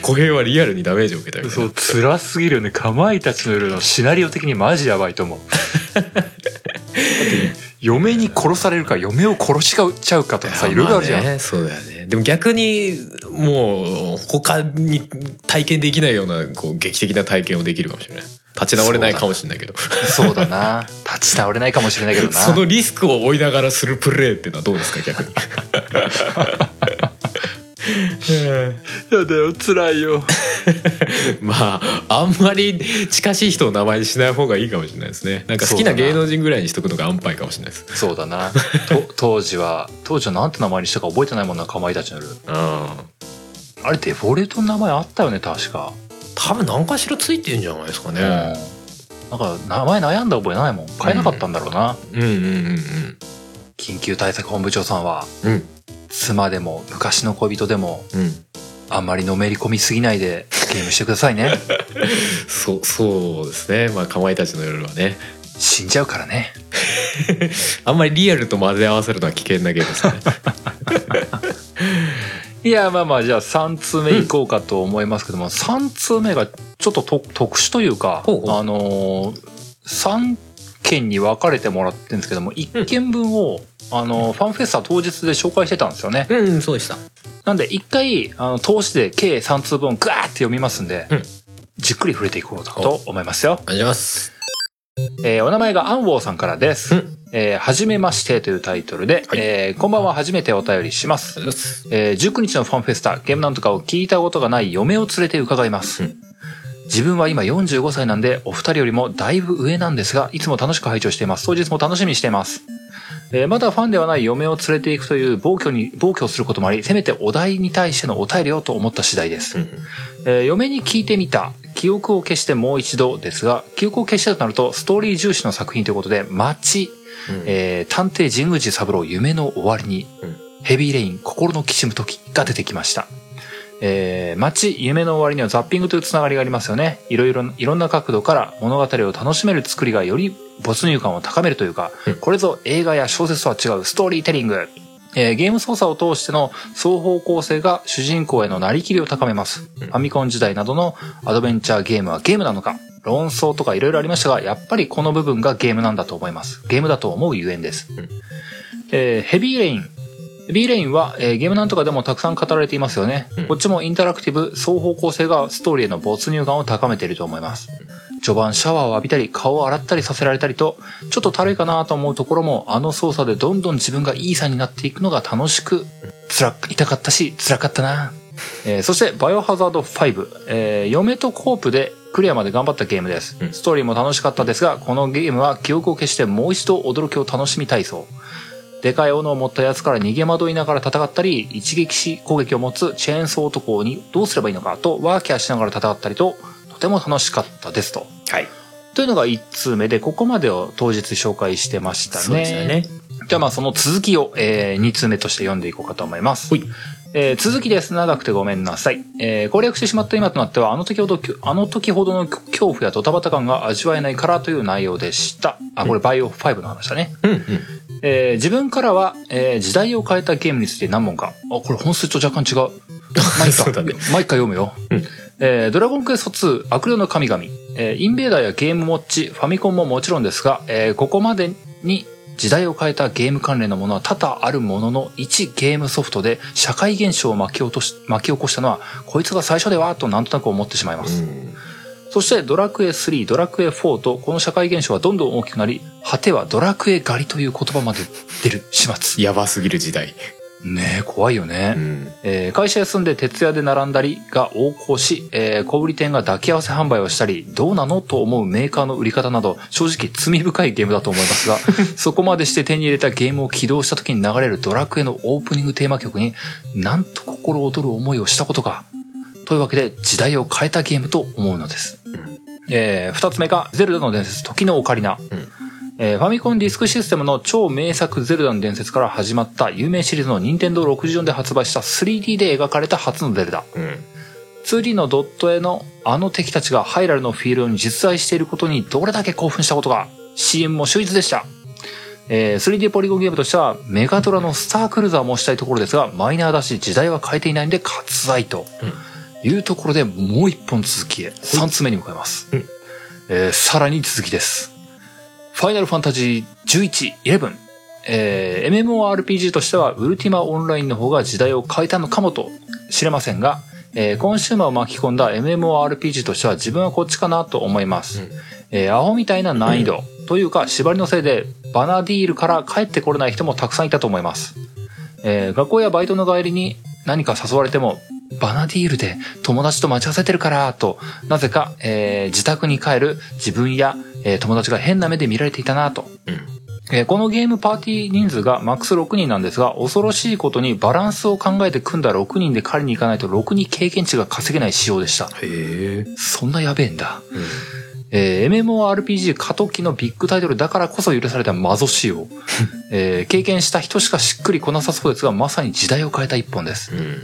B: 小平はリアルにダメージを受けたよね。
A: そう辛すぎるよねかまいたちの夜のシナリオ的にマジやばいと 思うだって嫁に殺されるか嫁を殺しちゃうかとかさいろいろあるじゃん、
B: まねそうだよね。でも逆に、もう、他に体験できないような、こう、劇的な体験をできるかもしれない。立ち直れないかもしれないけど。
A: そうだな立ち直れないかもしれないけどな
B: そのリスクを負いながらするプレーっていうのはどうですか、 逆に。
A: やだよ辛いよ
B: まああんまり近しい人を名前にしない方がいいかもしれないですねなんか好きな芸能人ぐらいにしとくのが安牌かもしれないです
A: そうだなと当時は当時はなんて名前にしたか覚えてないもんなかまいたちの夜
B: うん
A: あれデフォルトの名前あったよね確か、
B: 多分何かしらついてるんじゃないですか
A: うん、なん
B: ね、
A: か名前悩んだ覚えないもん変えなかったんだろうな、
B: うん、うんうん
A: 緊急対策本部長さんは
B: うんうん
A: 妻でも昔の恋人でも
B: うん
A: あんまりのめり込みすぎないでゲームしてください ね
B: そうそうですねまあかまいたちの夜はね
A: 死んじゃうからね
B: あんまりリアルと混ぜ合わせるのは危険なゲームですね
A: いやまあまあじゃあ3通目いこうかと思いますけども、3通目がちょっとと特殊というか
B: ほうほう
A: あのー、3件に分かれてもらってるんですけども1件分を、あのーファンフェスタ当日で紹介してたんですよね
B: うんそうでした
A: なんで1回あの通しで計3通分ガーって読みますんで、
B: うん
A: じっくり触れていこうかと思いますよ
B: お願いします
A: えーお名前がアンウォーさんからです。
B: うん
A: えーはじめましてというタイトルで、
B: はい
A: えーこんばんは初めてお便りします。えー19日のファンフェスタ、ゲームなんとかを聞いたことがない嫁を連れて伺います。
B: うん
A: 自分は今45歳なんで、お二人よりもだいぶ上なんですが、いつも楽しく拝聴しています。当日も楽しみにしています。えーまだファンではない嫁を連れていくという暴挙に、暴挙することもあり、せめてお題に対してのお便りをと思った次第です。えー嫁に聞いてみた記憶を消してもう一度ですが記憶を消したとなるとストーリー重視の作品ということで「街」えー探偵神宮寺三郎夢の終わりに」
B: うん
A: ヘビーレイン心のきしむ時」が出てきました、えー、街、夢の終わりにはザッピングというつながりがありますよね。いろいろ、いろんな角度から物語を楽しめる作りがより没入感を高めるというか、
B: うん
A: これぞ映画や小説とは違うストーリーテリング。えーゲーム操作を通しての双方向性が主人公へのなりきりを高めます。ファミコン時代などのアドベンチャーゲームはゲームなのか論争とかいろいろありましたが、やっぱりこの部分がゲームなんだと思います。ゲームだと思うゆえんです。
B: ん
A: えーヘビーレイン。ヘビーレインは、えーゲームなんとかでもたくさん語られていますよね。
B: うん
A: こっちもインタラクティブ、双方向性がストーリーへの没入感を高めていると思います。序盤シャワーを浴びたり、顔を洗ったりさせられたりと、ちょっとたるいかなと思うところも、あの操作でどんどん自分がいいさになっていくのが楽しく、辛く、痛かったし、辛かったな。えーそして、バイオハザード5、えー嫁とコープでクリアまで頑張ったゲームです。
B: うん
A: ストーリーも楽しかったですが、このゲームは記憶を消してもう一度驚きを楽しみたいそう。でかい斧を持ったやつから逃げ惑いながら戦ったり、一撃し攻撃を持つチェーンソー男にどうすればいいのかとワーキャーしながら戦ったりと、とても楽しかったですと。
B: はい。
A: というのが1通目で、ここまでを当日紹介してましたね。
B: そうですよね。
A: じゃあまあその続きを、え2通目として読んでいこうかと思います。
B: ほい。
A: えー続きです。長くてごめんなさい。えー攻略してしまった今となっては、あの時ほど、あの時ほどの恐怖やドタバタ感が味わえないからという内容でした。あ、これバイオ5の話だね。
B: うんうん。
A: えー自分からは、えー時代を変えたゲームについて何問か。あ、これ本数と若干違 う。毎
B: そう
A: 回、
B: だね
A: 毎回読むよ。
B: うん
A: えードラゴンクエスト2、悪霊の神々、えーインベーダーやゲームウォッチ、ファミコンももちろんですが、えーここまでに時代を変えたゲーム関連のものは多々あるものの、一ゲームソフトで社会現象を巻き落とし巻き起こしたのは、こいつが最初ではとなんとなく思ってしまいます。そしてドラクエ3、ドラクエ4とこの社会現象はどんどん大きくなり、果てはドラクエ狩りという言葉まで出る始末。
B: やばすぎる時代。
A: ねえ、怖いよね。
B: うん。
A: えー会社休んで徹夜で並んだりが横行し、えー小売店が抱き合わせ販売をしたり、どうなのと思うメーカーの売り方など、正直罪深いゲームだと思いますが、そこまでして手に入れたゲームを起動した時に流れるドラクエのオープニングテーマ曲に、なんと心躍る思いをしたことか。というわけで、時代を変えたゲームと思うのです。
B: ん
A: えー二つ目が、ゼルダの伝説、時のオカリナ。
B: うん
A: えーファミコンディスクシステムの超名作ゼルダの伝説から始まった有名シリーズの任天堂64で発売した 3D で描かれた初のゼルダ。
B: うん。
A: 2D のドット絵のあの敵たちがハイラルのフィールドに実在していることにどれだけ興奮したことか。CM も秀逸でした。えー 3D ポリゴンゲームとしてはメガドラのスタークルーザーも推したいところですが、マイナーだし時代は変えていないんで割愛と。いうところでもう一本続きへ、3つ目に向かいます。
B: うん
A: えーさらに続きです。ファイナルファンタジー11、11、えー MMORPG としては、ウルティマオンラインの方が時代を変えたのかもと知れませんが、えーコンシューマーを巻き込んだ MMORPG としては自分はこっちかなと思います。
B: うん
A: えーアホみたいな難易度、というか縛りのせいでバナディールから帰ってこれない人もたくさんいたと思います。えー学校やバイトの帰りに何か誘われても、バナディールで友達と待ち合わせてるから、と、なぜか、えー自宅に帰る自分や、えー友達が変な目で見られていたな、と。えーこのゲームパーティー人数がマックス6人なんですが、恐ろしいことにバランスを考えて組んだ6人で狩りに行かないと6に経験値が稼げない仕様でした。
B: へえ。
A: そんなやべえんだ。えー MMORPG 過渡期のビッグタイトルだからこそ許されたマゾ仕 様。えー経験した人しかしっくりこなさそうですが、まさに時代を変えた一本です。
B: うん。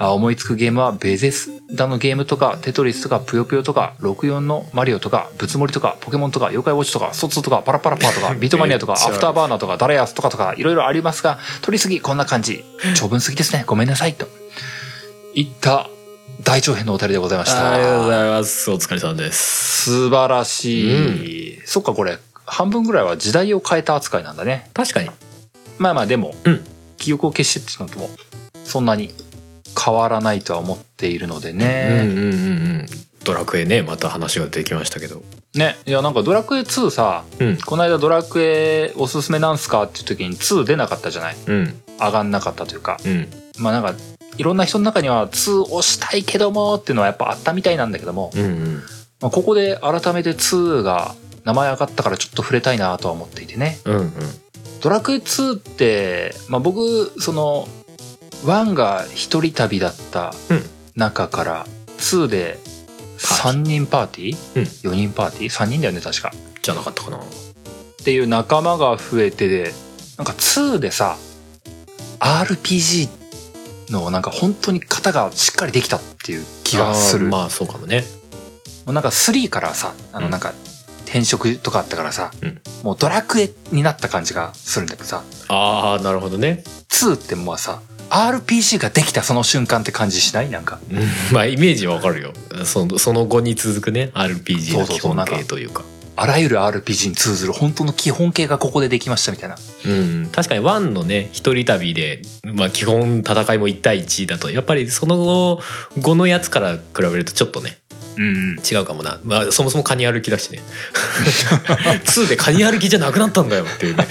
A: あ思いつくゲームはベゼスダのゲームとか、テトリスとか、ぷよぷよとか、64のマリオとか、ぶつもりとか、ポケモンとか、妖怪ウォッチとか、ソツとか、パラパラパーと か、ビートマニアとか、
B: めっちゃ
A: アフターバーナーとか、ダラヤスとかとか、いろいろありますが、取りすぎこんな感 じ。長文すぎですね。ごめんなさい。と。いった大長編のお便りでございました。
B: ありがとうございます。お疲れさんです。
A: 素晴らしい、そっかこれ半分ぐらいは時代を変えた扱いなんだね
B: 確かに。
A: まあまあでも、
B: うん
A: 記憶を消してっていうのともそんなに変わらないとは思っているので
B: うん
A: ね、
B: うんうんうん。ドラクエね、また話が出てきましたけど。
A: ねいやなんか「ドラクエ2さ」
B: うん。
A: この間「ドラクエおすすめなんすか?」っていう時に2出なかったじゃない
B: うん。
A: 上がんなかったというか
B: うん。
A: まあなんかいろんな人の中には2押したいけどもっていうのはやっぱあったみたいなんだけども、
B: うんうん。
A: まあ、ここで改めて2が名前上がったからちょっと触れたいなとは思っていてね
B: うんうん。
A: ドラクエ2って、まあ、僕その1が一人旅だった
B: うん
A: 中から、2で3人パーティー、
B: うん
A: 4人パーティー3人だよね確か
B: じゃなかったかな。
A: っていう仲間が増えてでなんか2でさ RPG のをなんか本当に型がしっかりできたっていう気がする、
B: あーまあそうかもね
A: もうなんか3からさあの
B: うん
A: なんか転職とかあったからさ、
B: うん
A: もうドラクエになった感じがするんだけどさ
B: ああなるほどね、
A: 2ってもうさ RPG ができたその瞬間って感じしないなんか
B: うんまあイメージはわかるよそのその後に続くね RPG
A: そう
B: の
A: そう
B: 基
A: そう
B: 本形というか
A: あらゆる RPG に通ずる本当の基本形がここでできましたみたいな
B: うん、確かに1のね一人旅で、まあ、基本戦いも1対1だとやっぱりその後後のやつから比べるとちょっとね
A: うん
B: 違うかもな、まあ、そもそもカニ歩きだしね 2でカニ歩きじゃなくなったんだよっていうね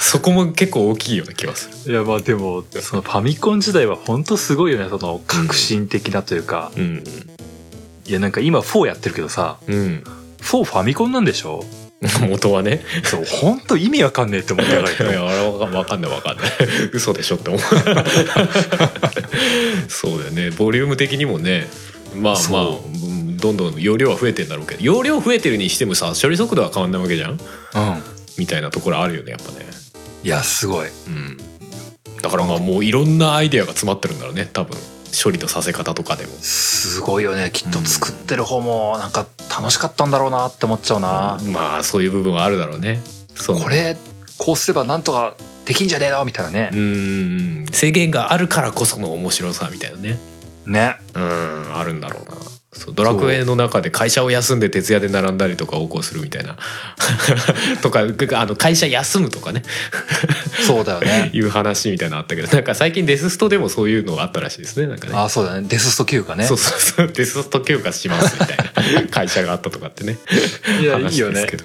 B: そこも結構大きいような気がする
A: いやまあでもそのファミコン時代は本当すごいよねその革新的なというか、
B: うん
A: いやなんか今4やってるけどさ
B: うん
A: 4ファミコンなんでしょ
B: 元はね
A: そう本当意味わかんねえって思ったから
B: い やあれわかわかんないわかんない 嘘でしょって思う そうだよねボリューム的にもねまあまあ
A: そ
B: うんどんどん容量は増えてんだろうけど容量増えてるにしてもさ処理速度は変わんないわけじゃ ん
A: うん
B: みたいなところあるよねやっぱね
A: いやすごい
B: うんだからまあもういろんなアイデアが詰まってるんだろうね多分処理とさせ方とかでも
A: すごいよねきっと作ってる方もなんか楽しかったんだろうなって思っちゃうな、
B: まあそういう部分はあるだろうねそう
A: これこうすればなんとかできんじゃねえのみたいなね
B: う、ん制限があるからこその面白さみたいなね
A: ね
B: うんあるんだろうなそうドラクエの中で会社を休んで徹夜で並んだりとか横行するみたいな とかあの会社休むとかね
A: そうだよ ね
B: いう話みたいなのあったけどなんか最近デスストでもそういうのがあったらしいですねなんかね
A: あそうだねデススト9かね
B: そうそうそうデススト休暇しますみた いな会社があったとかってね
A: いやいい
B: 話
A: よ
B: です
A: ね
B: けど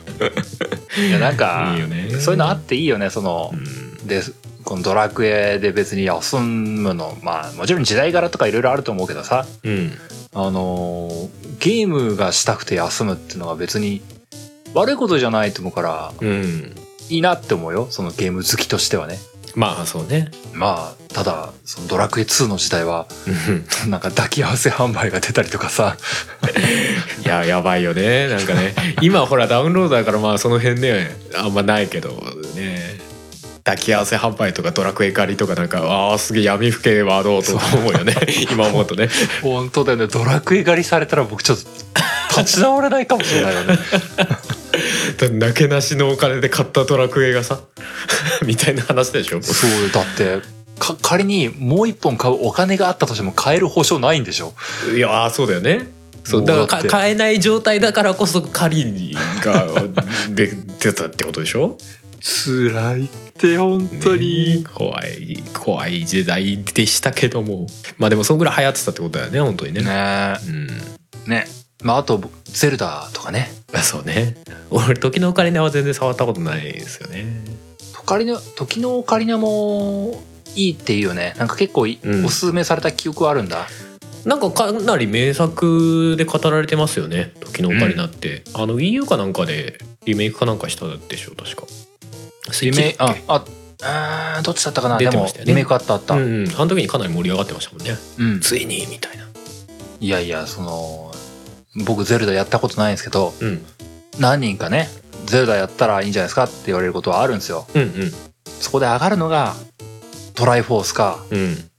A: いやなんか
B: いいよね
A: そういうのあっていいよねその、
B: うん
A: でこのドラクエで別に休むのまあもちろん時代柄とかいろいろあると思うけどさ
B: うん
A: あのーゲームがしたくて休むっていうのは別に悪いことじゃないと思うから
B: うん
A: いいなって思うよそのゲーム好きとしてはね
B: まあそうね
A: まあただそのドラクエ2の時代は
B: うん
A: なんか抱き合わせ販売が出たりとかさ
B: いややばいよねなんかね今ほらダウンロードだからまあその辺ねあんまないけどね抱き合わせ販売とかドラクエ狩りとかなんかああすげえ闇深いワードと思うよね今思うとね
A: 本当だよねドラクエ狩りされたら僕ちょっと立ち直れないかもしれないよ ね
B: なけなしのお金で買ったドラクエがさ みたいな話でしょ
A: そうよだってか仮にもう一本買うお金があったとしても買える保証ないんでしょ
B: いやあーそうだよねそうだから
A: もうだっ
B: か
A: て
B: 買えない状態だからこそ狩りにがで出たってことでしょ
A: 辛いって本当
B: ね怖い怖い時代でしたけどもまあでもそんぐらい流行ってたってことだよね本当にね
A: ね
B: うん
A: えねまああと「ゼルダ」とかね
B: あそうね俺時のオカリナは全然触ったことないですよね
A: 「トカリナ時のオカリナ」もいいっていうよねなんか結構い、
B: うん
A: おすすめされた記憶はあるんだ
B: なんかかなり名作で語られてますよね時のオカリナって、あの EU かなんかでリメイクかなんかしたでしょ確か
A: リメイ
B: あ
A: あああーどっちだったかな、
B: 出
A: で
B: てま
A: も
B: したよね
A: リメイクあったあった、
B: うんうんあの時にかなり盛り上がってましたもんね
A: うん
B: ついにみたいない
A: やいやその僕ゼルダやったことないんですけど
B: うん
A: 何人かねゼルダやったらいいんじゃないですかって言われることはあるんですよ
B: うんうん
A: そこで上がるのがトライフォースか
B: うん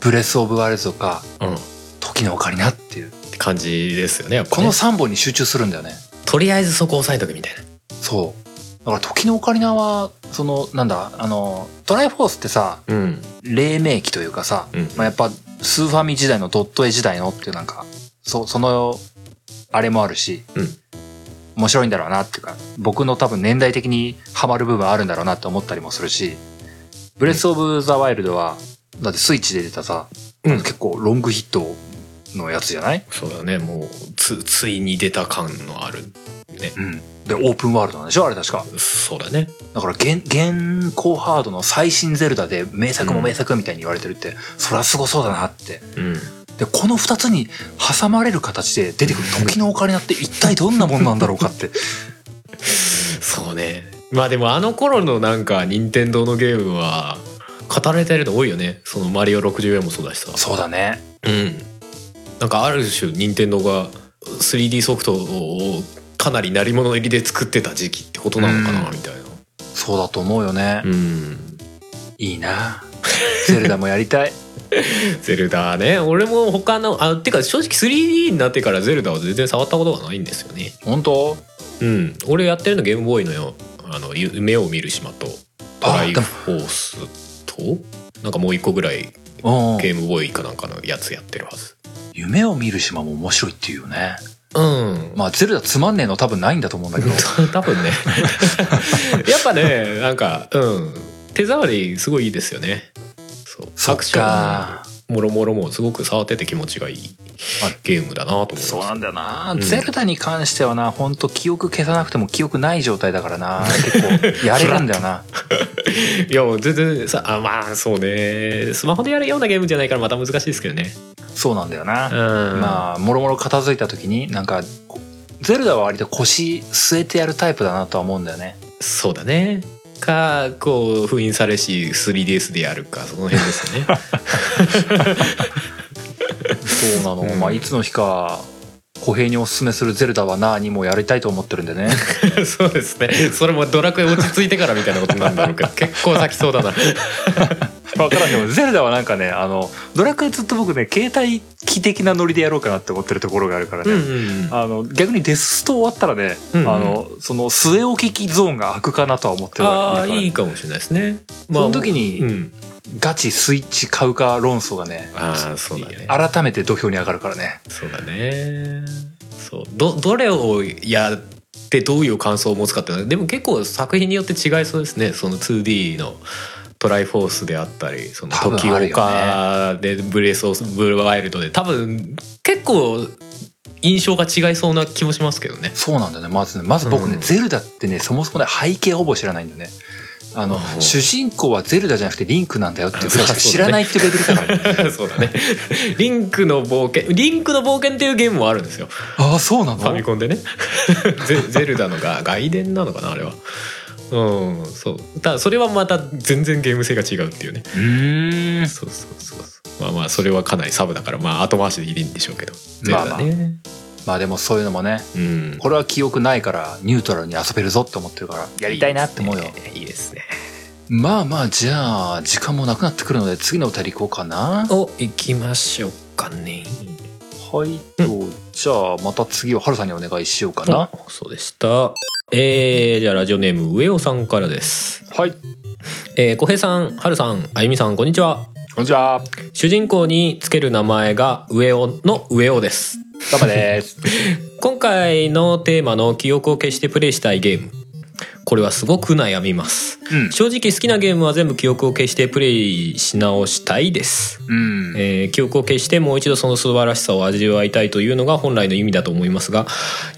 A: ブレス・オブ・ワイルズか
B: うんっ
A: 時のオカリナっていう
B: て感じですよねやっぱ
A: こ
B: ね
A: の3本に集中するんだよね
B: とりあえずそこ押さえとけみたいな
A: そうだから時のオカリナはそのなんだあのトライフォースってさ
B: うん
A: 黎明期というかさ、
B: うん
A: まあ、やっぱスーファミ時代のドット絵時代のっていうなんかそそのあれもあるし、
B: うん
A: 面白いんだろうなっていうか僕の多分年代的にハマる部分あるんだろうなって思ったりもするし「ブレス・オブ・ザ・ワイルドは」だってスイッチで出たさ、
B: うん
A: 結構ロングヒットのやつじゃない、
B: そうだねもうつついに出た感のあるね
A: うん、でオープンワールドなんでしょあれ確か
B: そうだね
A: だから現現行ハードの最新ゼルダで名作も名作みたいに言われてるって、そりゃすごそうだなって
B: うん
A: でこの2つに挟まれる形で出てくる時のオカリナって一体どんなもんなんだろうかって
B: そうねまあでもあの頃のなんか任天堂のゲームは語られてるの多いよねその「マリオ64」もそうだしさ
A: そうだね
B: うんなんかある種任天堂が 3D ソフトをかなり鳴り物入りで作ってた時期ってことなのかな
A: うん
B: みたいな
A: そうだと思うよね、
B: うん
A: いいなゼルダもやりたい
B: ゼルダね俺も他のあてか正直 3D になってからゼルダは全然触ったことがないんですよね
A: 本当
B: うん俺やってるのゲームボーイのよあのゆ夢を見る島とトライフォースとなんかもう一個ぐらい
A: うん
B: ゲームボーイかなんかのやつやってるはず
A: 夢を見る島も面白いっていうよね。
B: うん
A: まあ、ゼルダつまんねえの多分ないんだと思うんだけど。
B: 多分 ねやっぱねなんかうん手触りすごいいいですよねそう
A: そっ
B: アクショ
A: か。
B: ンもろもろもすごく触ってて気持ちがいい
A: あ
B: ゲームだなと思います
A: そうなんだよな、
B: うん
A: ゼルダに関してはな、ほんと記憶消さなくても記憶ない状態だからな。結構、やれるんだよ な。
B: いやもう全然さあまあそうねスマホでやるようなゲームじゃないからまた難しいですけどね
A: そうなんだよ
B: うん
A: な。
B: まあ
A: まあ、もろもろ片付いた時に、なんか、こゼルダは割と腰据えてやるタイプだなとは思うんだよね。
B: そうだねかこう封印されし 3DS でやるかその辺ですね
A: そうなの。
B: うん
A: まあ、いつの日か、小平におすすめするゼルダはなにもやりたいと思ってるんで ね。
B: そうですねそれもドラクエ落ち着いてからみたいなことなんだろ うけど結構先そうだな
A: わからんでも、ゼルダはなんかね、あの、ドラクエずっと僕ね、携帯機的なノリでやろうかなって思ってるところがあるからね。
B: うん
A: あの逆にデススト終わったらね、
B: うんうん
A: あのその据え置き機ゾーンが開くかなとは思ってる
B: ああ
A: から
B: いいかもしれないですね。
A: その時
B: う
A: に
B: ん、
A: ガチスイッチ買うか論争がね、
B: ああそうだね。
A: 改めて土俵に上がるからね
B: そうだね。そうどどれをやってどういう感想を持つかっていうのはでも結構作品によって違いそうですね。その 2D のトライフォースであったり、その
A: 多分
B: 時
A: あるよ
B: 岡でブレスオブブルーワイルドで多分結構印象が違いそうな気もしますけ どね。
A: そうなんだよねまずねまず僕ね、
B: うん
A: ゼルダってねそもそもね背景ほぼ知らないんだよねあの
B: うん
A: 主人公はゼルダじゃなくてリンクなんだよ っていうぐらいしか
B: そう
A: 知
B: だ
A: ら
B: ね
A: ないっていうレベルだ から、ね、
B: そうだね。リンクの冒険、リンクの冒険っていうゲームもあるんですよ。
A: ああそうなの
B: ファミコンでね ゼゼルダのが外伝なのかなあれはうんそうただそれはまた全然ゲーム性が違うっていうね
A: うーん
B: そうそうそうそうまあまあそれはかなりサブだからまあ後回しでいいんでしょうけどゼル
A: まあま
B: ダ
A: あ
B: ね、
A: まあでもそういうのもね
B: うん
A: これは記憶ないからニュートラルに遊べるぞって思ってるからやりたいなって思うよ
B: いいですね
A: まあまあじゃあ時間もなくなってくるので次のお便り行こうかな
B: お行きましょうかね
A: はいとじゃあまた次はハルさんにお願いしようかな
B: あそうでしたえー、じゃあラジオネーム上尾さんからです
A: はい
B: えー、小平さん春さんあゆみさんこんにちは
A: こんにちは
B: 主人公につける名前が上尾の上尾です
A: ガバです
B: 今回のテーマの記憶を消してプレイしたいゲームこれはすごく悩みます
A: うん
B: 正直好きなゲームは全部記憶を消してプレイし直したいです、
A: うん
B: えー記憶を消してもう一度その素晴らしさを味わいたいというのが本来の意味だと思いますが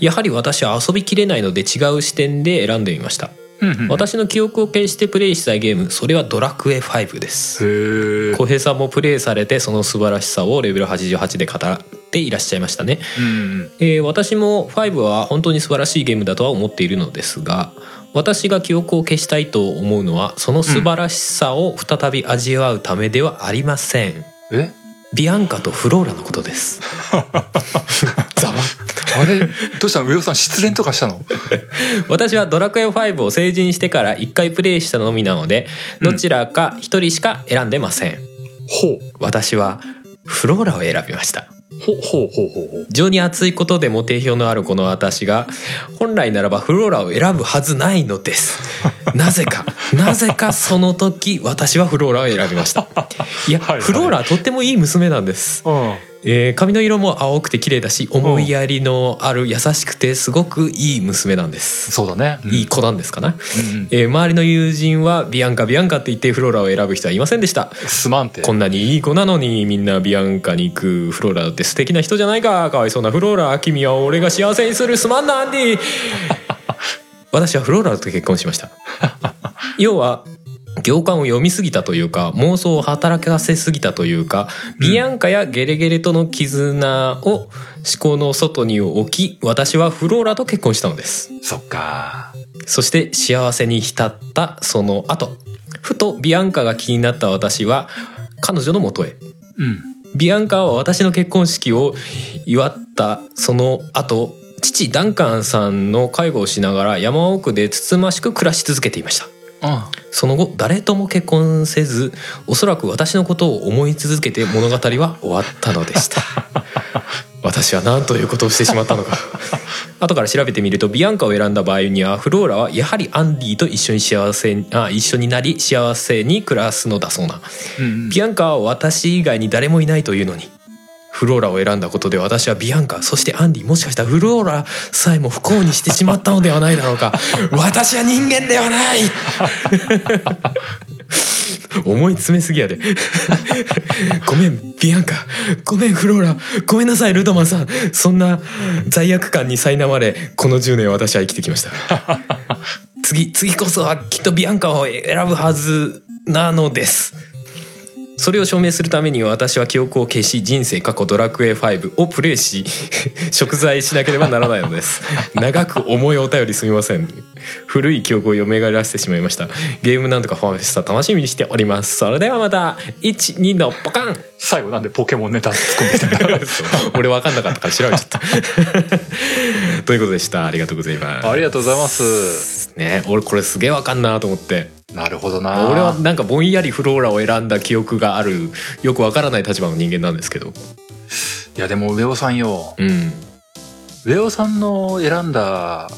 B: やはり私は遊びきれないので違う視点で選んでみました
A: うん
B: 私の記憶を消してプレイしたいゲームそれはドラクエ5です
A: へえ
B: 小平さんもプレイされてその素晴らしさをレベル88で語っていらっしゃいましたね
A: うん
B: えー私も5は本当に素晴らしいゲームだとは思っているのですが私が記憶を消したいと思うのはその素晴らしさを再び味わうためではありません、
A: え
B: ビアンカとフローラのことです ざわ
A: あれどうしたの上尾さん失恋とかしたの
B: 私はドラクエ5を成人してから1回プレイしたのみなのでどちらか1人しか選んでません、
A: ほう
B: 私はフローラを選びました
A: ほほうほうほうほう
B: 情に熱いことでも定評のあるこの私が本来ならばフローラを選ぶはずないの ですなぜかなぜかその時私はフローラを選びましたいや、
A: はいはい
B: フローラはとってもいい娘なんです、
A: うん
B: えー髪の色も青くて綺麗だし思いやりのある優しくてすごくいい娘なんです、
A: そうだね
B: いい子なんですかな、
A: うん
B: えー周りの友人はビアンカビアンカって言ってフローラを選ぶ人はいませんでした
A: すまんて
B: こんなにいい子なのにみんなビアンカに行くフローラだって素敵な人じゃないかかわいそうなフローラ君は俺が幸せにするすまんなアンディ 私はフローラと結婚しました要は行間を読みすぎたというか妄想を働かせすぎたというか、ビアンカやゲレゲレとの絆を思考の外に置き私はフローラと結婚したのです
A: そっか
B: そして幸せに浸ったその後ふとビアンカが気になった私は彼女のもとへ
A: うん
B: ビアンカは私の結婚式を祝ったその後父ダンカンさんの介護をしながら山奥でつつましく暮らし続けていました
A: あ
B: その後誰とも結婚せずおそらく私のことを思い続けて物語は終わったのでした私は何ということをしてしまったのか 後から調べてみるとビアンカを選んだ場合にはフローラはやはりアンディと一緒に幸せにあ一緒になり幸せに暮らすのだそうな
A: うん
B: ビアンカは私以外に誰もいないというのにフローラを選んだことで私はビアンカそしてアンディもしかしたらフローラさえも不幸にしてしまったのではないだ ろうか私は人間ではない思い詰めすぎやでごめんビアンカごめんフローラごめんなさいルドマンさんそんな罪悪感に苛まれこの10年私は生きてき ました次、次こそはきっとビアンカを選ぶはずなのです。それを証明するために私は記憶を消し人生過去ドラクエ5をプレイし 贖罪しなければならないの です長く重いお便りすみません古い記憶を蘇らせてしまいましたゲームなんとかファンフェスタ楽しみにしておりますそれではまた12のポカン
A: 最後なんでポケモンネタ突っ込んできた
B: 俺分かんなかったから調べちゃった ということでしたありがとうございま す
A: ありがとうございます
B: ね俺これすげえ分かんなと思って
A: なるほどな
B: 俺はなんかぼんやりフローラを選んだ記憶があるよくわからない立場の人間なんですけど
A: いやでも上尾さんよ
B: うん
A: 上尾さんの選んだ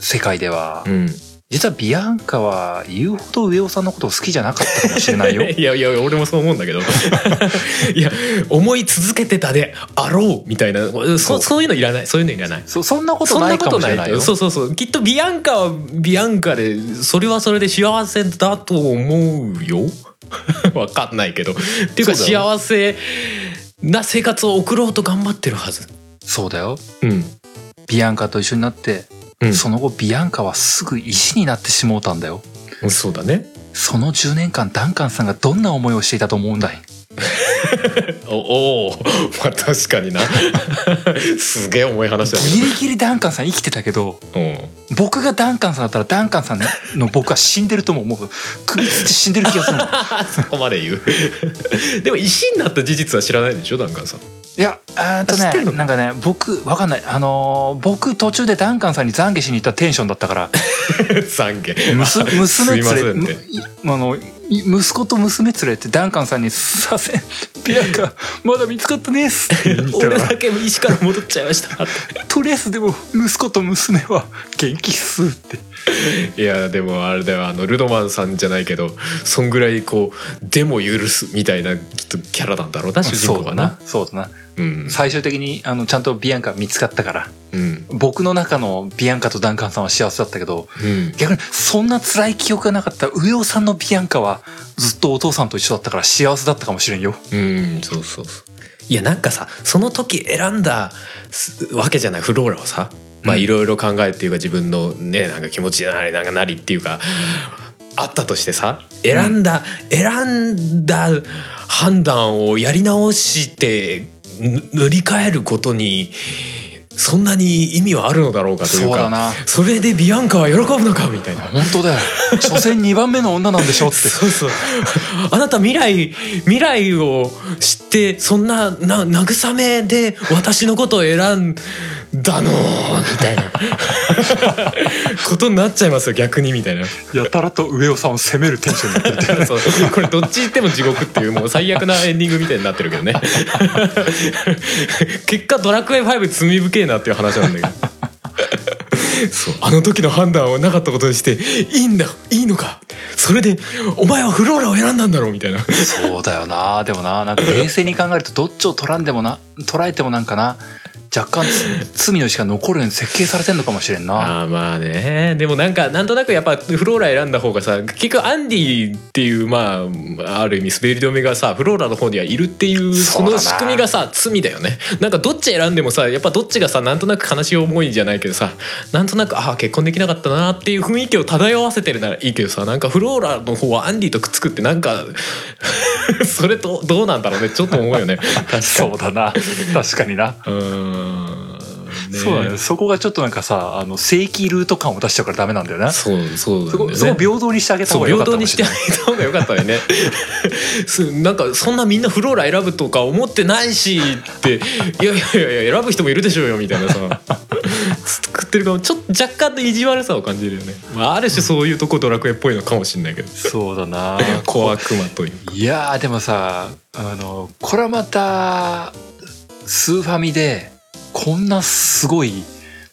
A: 世界では、
B: うん
A: 実はビアンカは言うほど上尾さんのことを好きじゃなかったかもしれないよ
B: いやいや俺もそう思うんだけど いや思い続けてたであろうみたいな
A: そ
B: そううそういうのいらないそういうのいらない
A: そそんなこと
B: そん
A: な
B: ないこ
A: か
B: と
A: もし
B: な
A: れ
B: い
A: ないよ
B: そうそうそうきっとビアンカはビアンカでそれはそれで幸せだと思うよ わかんないけどっていうか
A: そうだ
B: 幸せな生活を送ろうと頑張ってるはず
A: そうだよ
B: うん
A: ビアンカと一緒になって、
B: うん
A: その後ビアンカはすぐ石になってしもうたんだよ
B: そうだね
A: その10年間ダンカンさんがどんな思いをしていたと思うんだい
B: おおー まあ確かになすげえ重い話だ
A: ギリギリダンカンさん生きてたけど
B: けど、うん、
A: 僕がダンカンさんだったらダンカンさんの僕は死んでると思うもう首つって死んでる気がするの
B: そこまで言う でも石になった事実は知らないでしょダンカンさん
A: いやえっと
B: 知ってる
A: ね
B: の
A: なんかね僕わかんないあのー僕途中でダンカンさんに懺悔しに行ったテンションだったから
B: 懺悔
A: むす娘
B: すいませ
A: 連
B: んっ
A: れ
B: て
A: むあのい息子と娘連れてダンカンさんに「すいませんビアンカまだ見つかってねえっす」 って言った
B: 俺
A: ら
B: だけ石から戻っちゃいましたっ
A: とりあえずでも息子と娘は 元気っすって
B: て いやでもあれだよあのルドマンさんじゃないけどそんぐらいこうでも許すみたいなきっとキャラなんだろうな主人
A: そ
B: 公
A: うだ
B: が
A: な
B: な
A: そうだな
B: うん
A: 最終的にあのちゃんとビアンカ見つかったから
B: うん
A: 僕の中のビアンカとダンカンさんは幸せだったけど
B: うん
A: 逆にそんな辛い記憶がなかった上尾さんのビアンカはずっとお父さんと一緒だったから幸せだったかもしれんよ
B: うんそうそうそういやなんかさその時選んだすわけじゃないフローラをさまあ
A: うん
B: いろいろ考えっていうか自分のねなんか気持ちなりなんかなりっていうかあったとしてさ選んだ、選んだ判断をやり直してぬ塗り替えることにそんなに意味はあるのだろうかという
A: そうだ
B: か
A: な
B: それでビアンカは喜ぶのかみたいな
A: 本当だよ所詮2番目の女なんでしょって
B: そうそう。あなた未来、未来を知って、そんな、な、慰めで私のことを選んだの、みたいな。ことになっちゃいますよ、逆に、みたいな。
A: やたらと上尾さんを責めるテンションになってる
B: そうこれどっち行っても地獄っていう、もう最悪なエンディングみたいになってるけどね。結果、ドラクエ5罪深えなっていう話なんだけど。そうあの時の判断をなかったことにしていいんだいいのかそれでお前はフローラを選んだんだろうみたいな
A: そうだよなでもななんか冷静に考えるとどっちを取らんでもな捉えてもなんかな若干つ罪の意識が残るように設計されてんのかもしれんな
B: あーまあねでもなんかなんとなくやっぱフローラ選んだ方がさ結局アンディっていうまあある意味滑り止めがさフローラの方にはいるっていう
A: そう
B: そ
A: だな
B: の仕組みがさ罪だよねなんかどっち選んでもさやっぱどっちがさなんとなく悲しい思いじゃないけどさなんとなくああ結婚できなかったなっていう雰囲気を漂わせてるならいいけどさなんかフローラの方はアンディとくっつくってなんか それとどうなんだろうねちょっと思う よね確かに
A: そうだな確かにな
B: うーんね
A: そうだねそこがちょっとなんかさあの正規ルート感を出しちゃうからダメなんだよなそ
B: そうそうなんだよ
A: こ
B: ね
A: そこ平等にしてあげた方
B: そう
A: がよか
B: 平
A: ったか
B: 等
A: も
B: に
A: し
B: して
A: れ
B: あ
A: ない
B: げた方が良かったよね すなんかそんなみんなフローラ選ぶとか思ってないしっていやいやいやいや選ぶ人もいるでしょうよみたいなさ作ってるかもちょっと若干の意地悪さを感じるよね、まあ、ある種そういうとこドラクエっぽいのかもしれないけど
A: そうだな
B: 小悪魔という
A: いやーでもさあのこれはまたスーファミでこんなすごい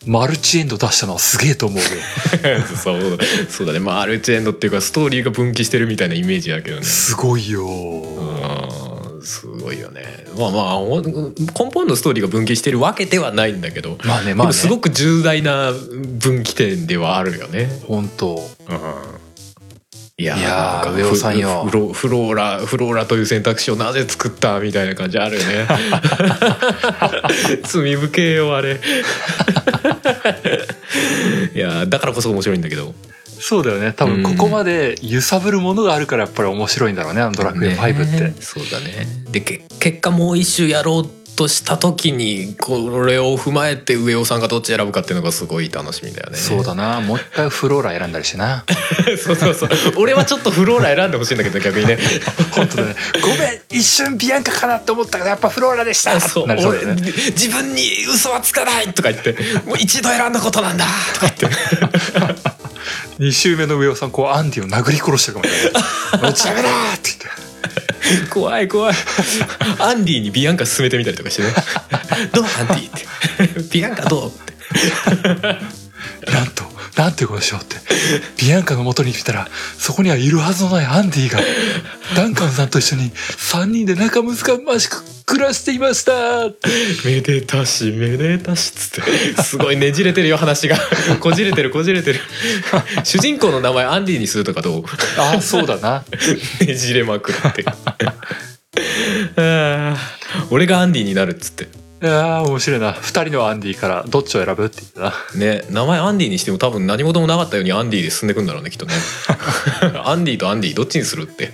A: マルチエンド出したのはすげえと思うよ
B: そうだそうだねまあアルチエンドっていうかストーリーが分岐してるみたいなイメージだけどね
A: すごいよ
B: うんすごいよねまあまあほん根本のストーリーが分岐してるわけではないんだけど、
A: まあね
B: で
A: まあ
B: も
A: ね
B: すごく重大な分岐点ではあるよね、
A: 本当
B: うんいや
A: いやー
B: なんか
A: 上尾さんよ
B: フフロフローラフローラという選択肢をなぜ作ったみたいな感じあるよ ね罪深えよ あれいやーだからこそ面白いんだけど
A: そうだよね多分ここまで揺さぶるものがあるからやっぱり面白いんだろうねあのドラクエ5って、
B: ねそうだねでけ結果もう一周やろうとした時にこれを踏まえて上尾さんがどっち選ぶかっていうのがすごい楽しみだよね
A: そうだなもう一回フローラ選んだりしてな
B: そうそうそう俺はちょっとフローラ選んでほしいんだけど逆 にね
A: 本当だねごめん一瞬ビアンカかなって思ったけどやっぱフローラでした
B: そ う
A: なりそうだよ
B: 俺
A: ね
B: 自分に嘘はつかないとか言ってもう一度選んだことなんだとか言って
A: 2周目の上尾さんこうアンディを殴り殺してるかもしれ ない「打ち上げだ!」って言って
B: 怖い怖いアンディにビアンカ勧めてみたりとかしてね どうアンディ ってビアンカどうって
A: なんと、なんていうことでしょうって。ビアンカの元に来たら、そこにはいるはずのないアンディが、ダンカンさんと一緒に3人で仲むずかましく暮らしていましたって
B: めでたしめでたしっつってすごいねじれてるよ話 がこじれてるこじれてる主人公の名前アンディにするとかど う
A: ああ、そうだな。
B: ねじれまくって あー俺がアンディになるっつって
A: ああ、面白いな。二人のアンディからどっちを選ぶって言ってた
B: ね名前アンディにしても多分何事もなかったようにアンディで進んでくんだろうねきっ とねアンディとアンディどっちにするって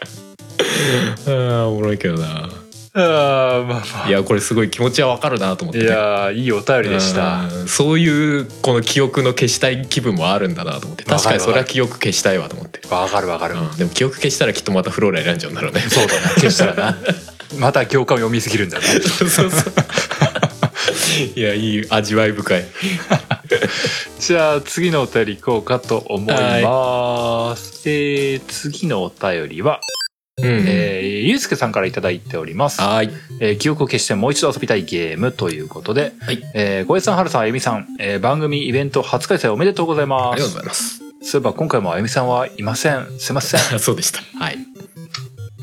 B: あーおもろいけどな
A: な。ああ、まあま
B: いやこれすごい気持ちはわかるなと思っ
A: い
B: てね
A: やー、いいお便りでした。
B: うんそういうこの記憶の消したい気分もあるんだなと思って
A: わかる
B: 確かにそれは記憶消したいわと思って、
A: わかるわかる。
B: うん、でも記憶消したらきっとまたフローラ選んじゃうんだろうね
A: そうだな。消したらな。 また行間を読みすぎるんだな。
B: そうそうそう いやいい味わい深い
A: じゃあ次のお便り行こうかと思います。えー、次のお便りは、
B: うん
A: えー、ゆうすけさんからいただいております。
B: はーい
A: えー記憶を消してもう一度遊びたいゲームということで、
B: はい
A: えー、ごえさん、はるさん、あゆみさん、えー番組イベント初開催おめでとうござい
B: あ
A: ま
B: りがとうご
A: す。
B: ざいます
A: そういえば今回もあゆみさんはいません。すいま せん。
B: あそうでしたはい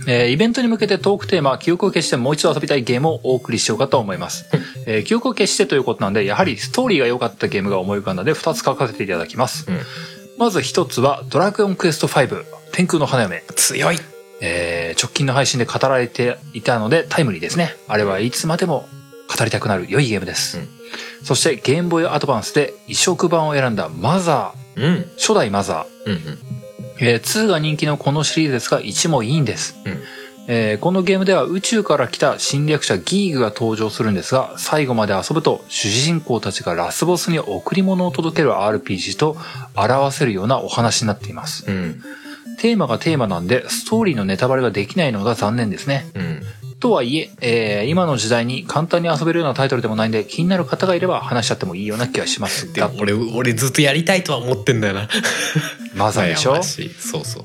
A: えーイベントに向けてトークテーマ、記憶を消してもう一度遊びたいゲームをお送りしようかと思います。えー記憶を消してということなんで、やはりストーリーが良かったゲームが思い浮かんだので、2つ書かせていただきます。
B: うん
A: まず1つは、ドラクエンクエスト5、天空の花嫁。
B: 強い
A: えー直近の配信で語られていたのでタイムリーですね。あれはいつまでも語りたくなる良いゲームです。
B: うん
A: そしてゲームボーイアドバンスで移植版を選んだマザー、
B: うんうん
A: 初代マザ
B: うん
A: ー、えー2が人気のこのシリーズですが1もいいんです。
B: うん
A: えーこのゲームでは宇宙から来た侵略者ギーグが登場するんですが、最後まで遊ぶと主人公たちがラスボスに贈り物を届ける RPG と表せるようなお話になっています。
B: うん
A: テーマがテーマなんで、ストーリーのネタバレができないのが残念ですね。
B: うん
A: とはいええー今の時代に簡単に遊べるようなタイトルでもないんで、気になる方がいれば話しちゃってもいいような気がします
B: でも
A: が、
B: 俺俺ずっとやりたいとは思ってんだ よな
A: マザーでしょ
B: 羨ましいそうそう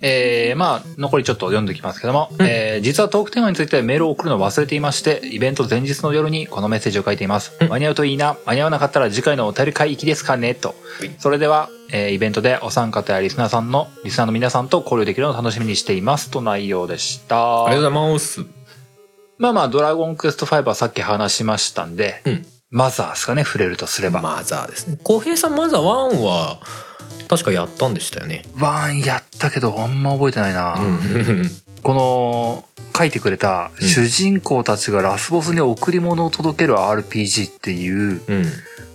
A: えー、まあ、残りちょっと読んでおきますけども、
B: うん
A: えー、実はトークテーマについてメールを送るのを忘れていまして、イベント前日の夜にこのメッセージを書いています。
B: うん
A: 間に合うといいな、間に合わなかったら次回のお便り会行きですかね、と
B: はい。
A: それでは、えー、イベントでお三方やリスナーさんの、リスナーの皆さんと交流できるのを楽しみにしています、と内容でした。
B: ありがとうございます
A: まあまあ、ドラゴンクエスト5はさっき話しましたんで、
B: うん
A: マザーですかね、触れるとすれば。
B: マザーですね浩平さんマザー1は確かやったんでしたよね
A: ワンやったけど、あんま覚えてないな。
B: うん
A: この、書いてくれた、
B: うん
A: 主人公たちがラスボスに贈り物を届ける RPG っていう、
B: うん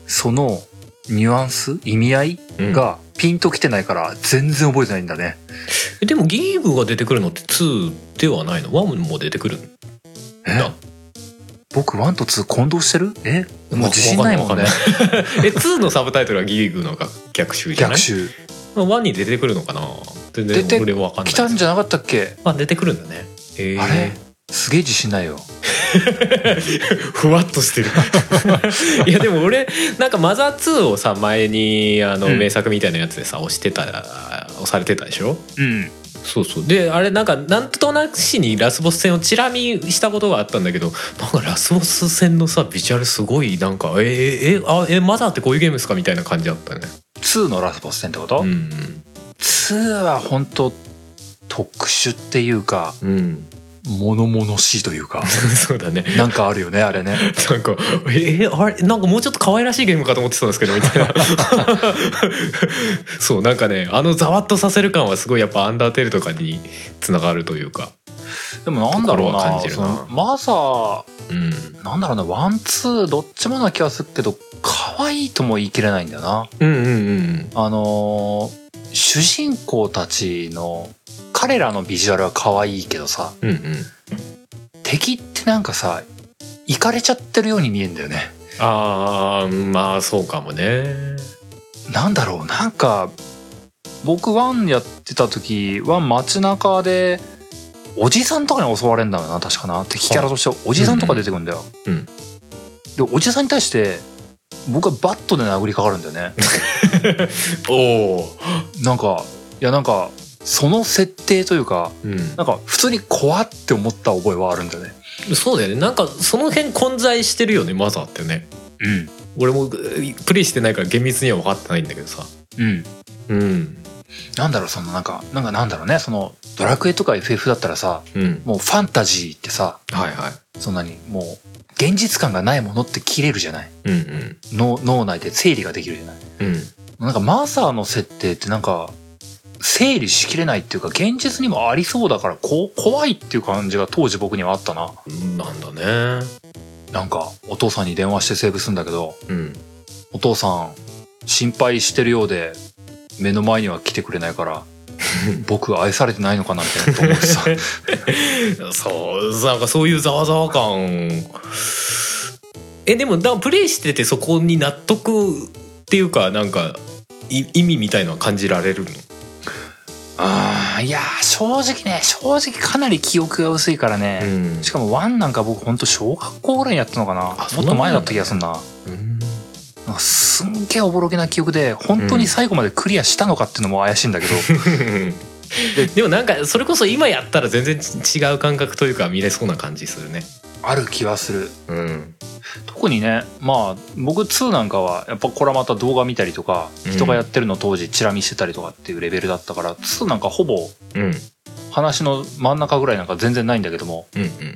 A: その、ニュアンス意味合い
B: うん
A: が、ピンときてないから、全然覚えてないんだね。
B: えでもギーブが出てくるのって2ではないの1も出てくるん
A: え
B: だ
A: 僕、ワンとツー混同してるえもう自信ないもんね
B: わ。え2のサブタイトルはギーブの逆襲じゃな
A: 逆
B: い
A: 襲。
B: まあ1に出てくるのかな全然
A: 出て
B: 俺わかんない
A: 来たんじゃなかったっけ
B: ゃあ出てくるんだねへー
A: あれすげえ自信ないよ。
B: ふわっとしてる いやでも俺なんかマザー2をさ前にあの
A: うん
B: 名作みたいなやつでさ押してた押されてたでしょ
A: うん。
B: そうそうであれなんかなんとなくしにラスボス戦をチラ見したことがあったんだけどなんかラスボス戦のさビジュアルすごいなんかえええあえマザーってこういうゲームですかみたいな感じだったね
A: 2のラスボス戦ってこと、
B: うん
A: ?2 は本当特殊っていうか、
B: うん
A: 物々しいという か、
B: そうだね
A: なんかあるよね、あれね。
B: なんか「えー、あれなんかもうちょっと可愛らしいゲームかと思ってたんですけど」み たいなそうなんかねあのざわっとさせる感はすごいやっぱ「アンダーテール」とかにつながるというか
A: でもなんだろう
B: ところは
A: な、
B: 感じる
A: そ
B: な
A: のマザー、
B: うん
A: なんだろうな、ワン、ツー、どっちもな気はするけど、可愛いとも言い切れないんだよな。
B: うんうんうん
A: あのー主人公たちの、彼らのビジュアルは可愛いけどさ、
B: うんうん
A: 敵ってなんかさ、イかれちゃってるように見えんだよね。
B: あーまあそうかもね
A: なんだろう、なんか、僕ワンやってた時、ワン街中で、おじさんとかに襲われんだよな、確かな。敵キャラとしておじさんとか出てくんだよ。
B: うんうん
A: で、おじさんに対して、僕はバットで殴りかかるんだよね。
B: おお
A: なんかいやなんかその設定というか
B: うん
A: なんか普通に怖って思った覚えはあるんだよね
B: そうだよねなんかその辺混在してるよねマザーってね俺もえプレイしてないから厳密には分かってないんだけどさ
A: うんうん
B: うん
A: なんだろうそのなんかなんかなんだろうねそのドラクエとか FF だったらさ
B: うん
A: もうファンタジーってさ
B: はいはい
A: そんなにもう現実感がないものって切れるじゃない
B: うんうん
A: 脳脳内で整理ができるじゃない
B: うん
A: なんかマーサーの設定ってなんか整理しきれないっていうか現実にもありそうだからこ怖いっていう感じが当時僕にはあったな
B: なんだね
A: なんかお父さんに電話してセーブするんだけど
B: うん
A: お父さん、心配してるようで、目の前には来てくれないから、僕は愛されてないのかなみたいなこと 思ってさ。
B: そうなんかそういうざわざわ感えでもだプレイしててそこに納得っていうかなんかい意味みたいのは感じられるの
A: あーいやー、正直ね、正直かなり記憶が薄いからね。
B: ん
A: しかも1なんか僕ほんと小学校ぐらいにやったのかな。
B: あ
A: も
B: そん
A: っと
B: なもん
A: 前
B: な
A: だ
B: ん
A: っ
B: だ
A: た気がすんな。
B: うん
A: なんかすんげえおぼろげな記憶で、本当に最後までクリアしたのかっていうのも怪しいんだけど。
B: で でもなんかそれこそ今やったら全然ち違う感覚というか見れそうな感じするね
A: ある気はする。
B: うんうん
A: 特にねまあ僕2なんかはやっぱこれはまた動画見たりとか
B: うん
A: 人がやってるの当時チラ見してたりとかっていうレベルだったから2なんかほぼ
B: うん
A: 話の真ん中ぐらいなんか全然ないんだけども
B: うん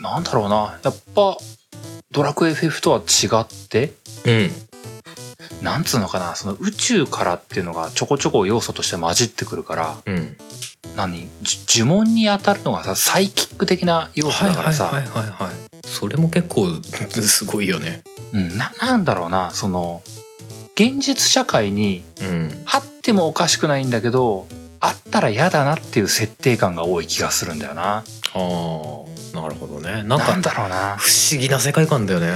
A: なんだろうなやっぱドラクエ FF とは違って
B: うん
A: なんつうのかなその宇宙からっていうのがちょこちょこ要素として混じってくるから
B: うん
A: 何じ呪文に当たるのがさサイキック的な要素
B: はい
A: だ
B: は
A: から
B: いはい
A: さ、
B: はいはいそれも結構すごいよね
A: うん、ななんだろうなその現実社会に
B: うん
A: あってもおかしくないんだけど、あったら嫌だなっていう設定感が多い気がするんだよな。
B: あーなるほどねな
A: なんん
B: か
A: だろうな。
B: 不思議な世界観だよね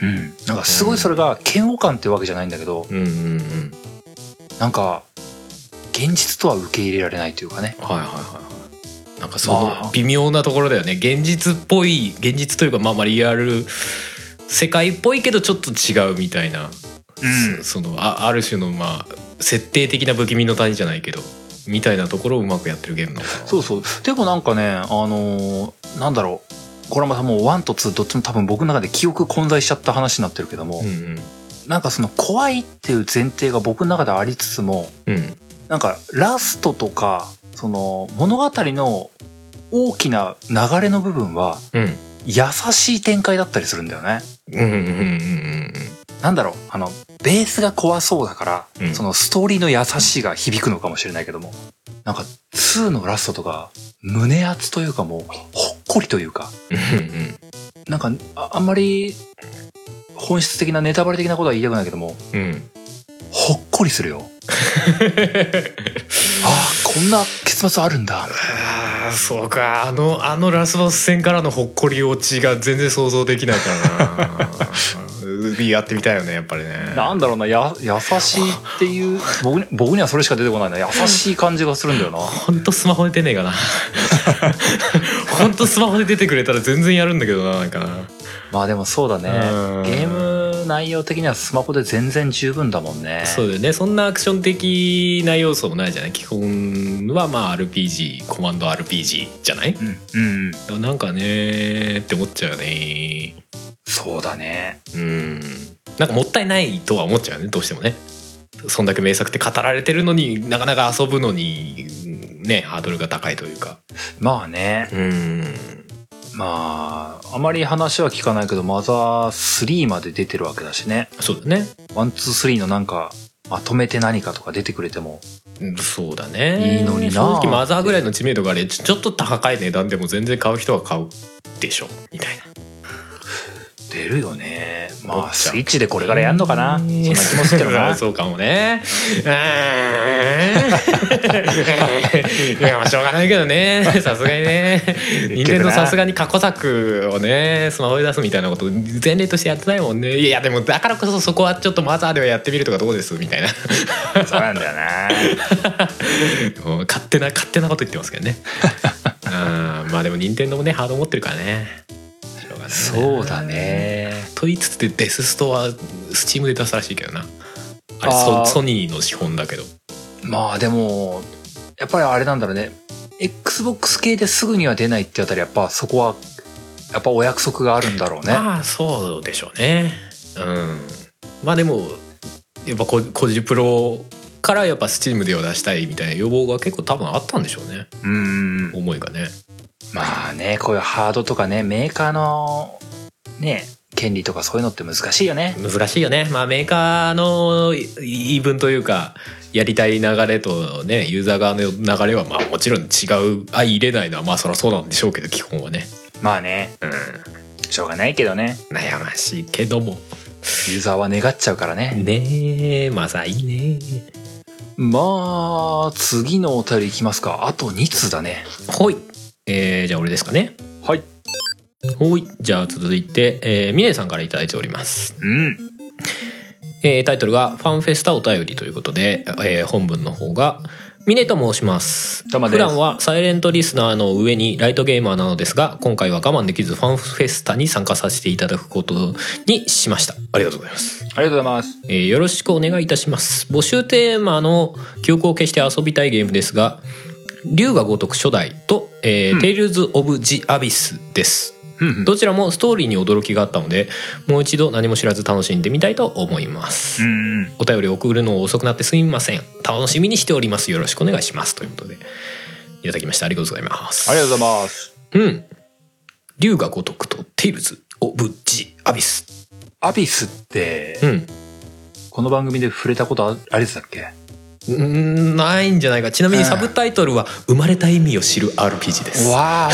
A: うん。なんかすごいそれが嫌悪感ってわけじゃないんだけど、
B: うんうんうん
A: なんか、現実とは受け入れられないというかね。
B: はいはいはいはいなんかそ
A: ま
B: の
A: あ
B: 微妙なところだよね現実っぽい現実というかまあまあリアル世界っぽいけどちょっと違うみたいな、そそのあある種のまあ設定的な不気味の谷じゃないけどみたいなところをうまくやってるゲームなのかな
A: そうそう。でもなんかね、あのーなんだろう。これまたもう1と2どっちも多分僕の中で記憶混在しちゃった話になってるけども、
B: うんうん
A: なんかその怖いっていう前提が僕の中でありつつも、
B: うん
A: なんかラストとかその物語の大きな流れの部分は
B: うん
A: 優しい展開だったりするんだよね。
B: うんうんうんうん
A: なんだろうあのベースが怖そうだから、
B: うん
A: そのストーリーの優しいが響くのかもしれないけどもなんか2のラストとか胸熱というかもうほっこりというか
B: うんうん
A: なんかああんまり本質的なネタバレ的なことは言いたくないけども
B: うん
A: ほっこりする よ。ああこんな結末あるんだ。
B: あーそうかあのあのラスボス戦からのほっこり落ちが全然想像できないからなうんやってみたいよねやっぱりね
A: なんだろうな、や、優しいっていう、僕に、僕にはそれしか出てこないな。優しい感じがするんだよな。
B: ほんとスマホ出てねえかな。ほんとスマホで出てくれたら全然やるんだけどななんかな
A: まあでもそうだね
B: うん
A: ゲーム内容的にはスマホで全然十分だもんね
B: そうだよねそんなアクション的な要素もないじゃない基本はまあ RPG コマンド RPG じゃない
A: うん、うん、
B: なんかねーって思っちゃうよね
A: そうだね
B: うんなんかもったいないとは思っちゃうよねどうしてもねそんだけ名作って語られてるのになかなか遊ぶのにねハードルが高いというか
A: まあね
B: うん
A: まああまり話は聞かないけどマザー3まで出てるわけだしね
B: そうだね
A: 123のなんかまとめて何かとか出てくれても
B: うんそうだね
A: いいのにな
B: 正直マザーぐらいの知名度があれちょちょっと高い値段でも全然買う人は買うでしょみたいな
A: 出るよね
B: 思
A: まあ
B: っちゃう
A: スイッチでこれからやんのかな
B: う
A: そん
B: ん
A: な気もするけどな
B: そうか もね。うーんいや、まあしょうがないけどね。さすがにね。任天堂さすがに過去作をね、スマホで出すみたいなこと前例としてやってないもんね。いや、でもだからこそそこはちょっとマザーではやってみるとかどうです みたいな。
A: そうなんだよな
B: もう勝手な、勝手なこと言ってますけ どね。うんまあでも任天堂もね、ハード持ってるからね。しょうがないね
A: そうだ。ね
B: と言いつつでデスストはスチームで出すらしいけどなあれ
A: あー
B: ソソニーの資本だけど
A: まあでもやっぱりあれなんだろうね XBOX 系ですぐには出ないってあたりやっぱそこはやっぱお約束があるんだろうね
B: まあそうでしょうねうんまあでもやっぱこコジプロからやっぱスチームでは出したいみたいな要望が結構多分あったんでしょうね
A: うん
B: 思いがね
A: まあねこういうハードとかねメーカーのね権利とかそういうのって難しいよね
B: 難しいよねまあメーカーのい言い分というかやりたい流れとねユーザー側の流れはまあもちろん違う相入れないのはまあそりゃそうなんでしょうけど基本はね
A: まあね
B: うん
A: しょうがないけどね
B: 悩ましいけども
A: ユーザーは願っちゃうからね
B: ねえまさいいね
A: まあ次のお便りいきますかあと2通だね
B: ほい、えー、じゃあ俺ですかね
A: はい
B: ほいじゃあ続いて、えー、ミネさんから頂いております、
A: うん
B: えー、タイトルが「ファンフェスタお便り」ということで、えー、本文の方がミネと申します
A: どうもです
B: 普段はサイレントリスナーの上にライトゲーマーなのですが今回は我慢できずファンフェスタに参加させていただくことにしましたありがとうございます
A: ありがとうございます
B: えーよろしくお願いいたします。募集テーマの記憶を消して遊びたいゲームですが、竜が如く初代と、えー
A: うん
B: テイルズ・オブ・ジ・アビスです。どちらもストーリーに驚きがあったので、もう一度何も知らず楽しんでみたいと思います。
A: うんうん
B: お便りを送るの遅くなってすみません。楽しみにしております。よろしくお願いします。ということで、いただきました。ありがとうございます。
A: ありがとうございます
B: うん。竜が如くとテイルズ・オブ・ジ・アビス。
A: アビスって
B: うん。
A: この番組で触れたことあありでしたっけ
B: うーんないんじゃないかちなみにサブタイトルは「生まれた意味を知る RPG」で す
A: わ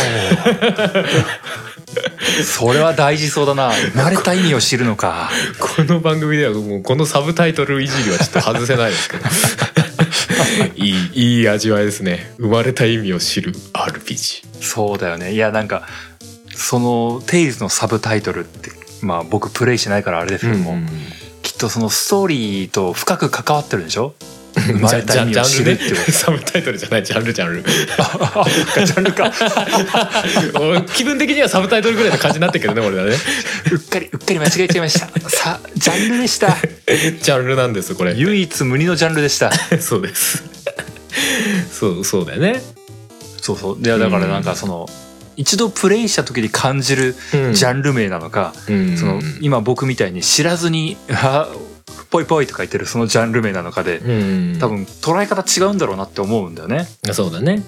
A: おそれは大事そうだな生まれた意味を知るのか
B: この番組ではもうこのサブタイトルいじりはちょっと外せないです けどいいいい味わいですね「生まれた意味を知る RPG
A: そうだよねいやなんかその「テイルズのサブタイトルってまあ僕プレイしないからあれです」けども、きっとそのストーリーと深く関わってるんでしょ生まれ
B: じ
A: た
B: ゃ
A: 意味
B: ジ
A: を
B: ャ
A: 知
B: ン
A: るっ
B: ルね
A: てこと
B: サブタイトルじゃないジャンルジャンル
A: あそっかジャンルか
B: 俺気分的にはサブタイトルぐらいの感じになってるけどね俺らね
A: うっかりうっかり間違えちゃいましたさジャンルでした
B: ジャンルなんですこれ
A: 唯一無二のジャンルでした
B: そうですそうそうだよね、
A: そうそういやだからなんかその一度プレイした時に感じる
B: うん
A: ジャンル名なのか、
B: うん
A: その今僕みたいに知らずに 「あぽいぽい」とか言ってるそのジャンル名なのかで
B: うん
A: 多分捉え方違うんだろうなって思うんだよね。
B: そうだね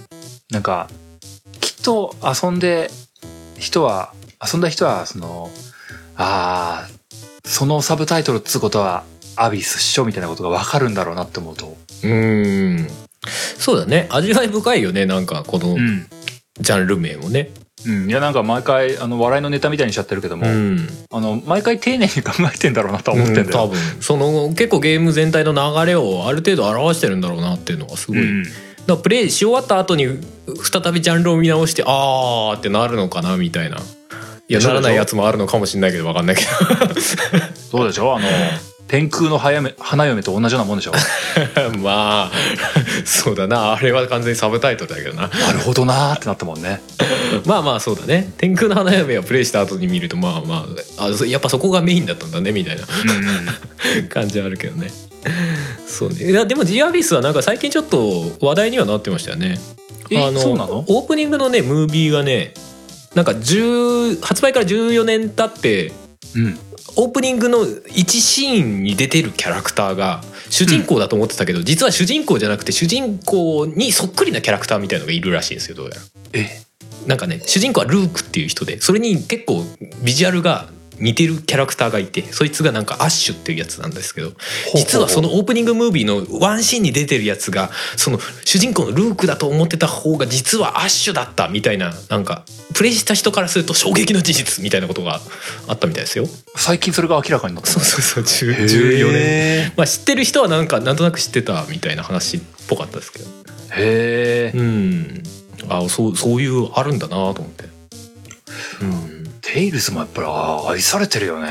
A: なんかきっと遊んで人は遊んだ人はそのあーそのサブタイトルっつうことはアビスっしょみたいなことが分かるんだろうなって思うと、
B: うーんそうだね味わい深いよねなんかこの
A: うん
B: ジャンル名もね
A: うん、いやなんか毎回あの笑いのネタみたいにしちゃってるけども、
B: ん
A: あの毎回丁寧に考えてんだろうなとは思ってんだ
B: 多
A: よ、
B: 分その結構ゲーム全体の流れをある程度表してるんだろうなっていうのがすごい、
A: うん
B: だからプレイし終わった後に再びジャンルを見直してあーってなるのかなみたいない
A: そうで
B: や
A: しょ
B: ならないやつもあるのかもしれないけどわかんないけど
A: そうでしょあの天空の早め花嫁と同じようなもんでしょ
B: まあ そうだなあれは完全にサブタイトルだけどな
A: なるほどなーってなったもんね
B: まあまあそうだね「天空の花嫁」をプレイした後に見るとまあまああそやっぱそこがメインだったんだねみたいな 感じはあるけどねそうねいやでも「ジアビス」はなんか最近ちょっと話題にはなってましたよね
A: えそうなの
B: オープニングのねムービーがねなんか10発売から14年経って
A: うん、うん、
B: オープニングの1シーンに出てるキャラクターが主人公だと思ってたけど、実は主人公じゃなくて主人公にそっくりなキャラクターみたいのがいるらしいんですよどうやら。
A: え
B: なんかね主人公はルークっていう人でそれに結構ビジュアルが似てるキャラクターがいてそいつがなんかアッシュっていうやつなんですけど実はそのオープニングムービーのワンシーンに出てるやつがその主人公のルークだと思ってた方が実はアッシュだったみたいななんかプレイした人からすると衝撃の事実みたいなことがあったみたいですよ。
A: 最近それが明らかになった
B: そうそうそう10
A: へー
B: 14年、まあ、知ってる人はなんかなんとなく知ってたみたいな話っぽかったですけど
A: へえ
B: うんあそうそういうあるんだなと思って。うん
A: テイルズもやっぱりあー愛されてるよね
B: い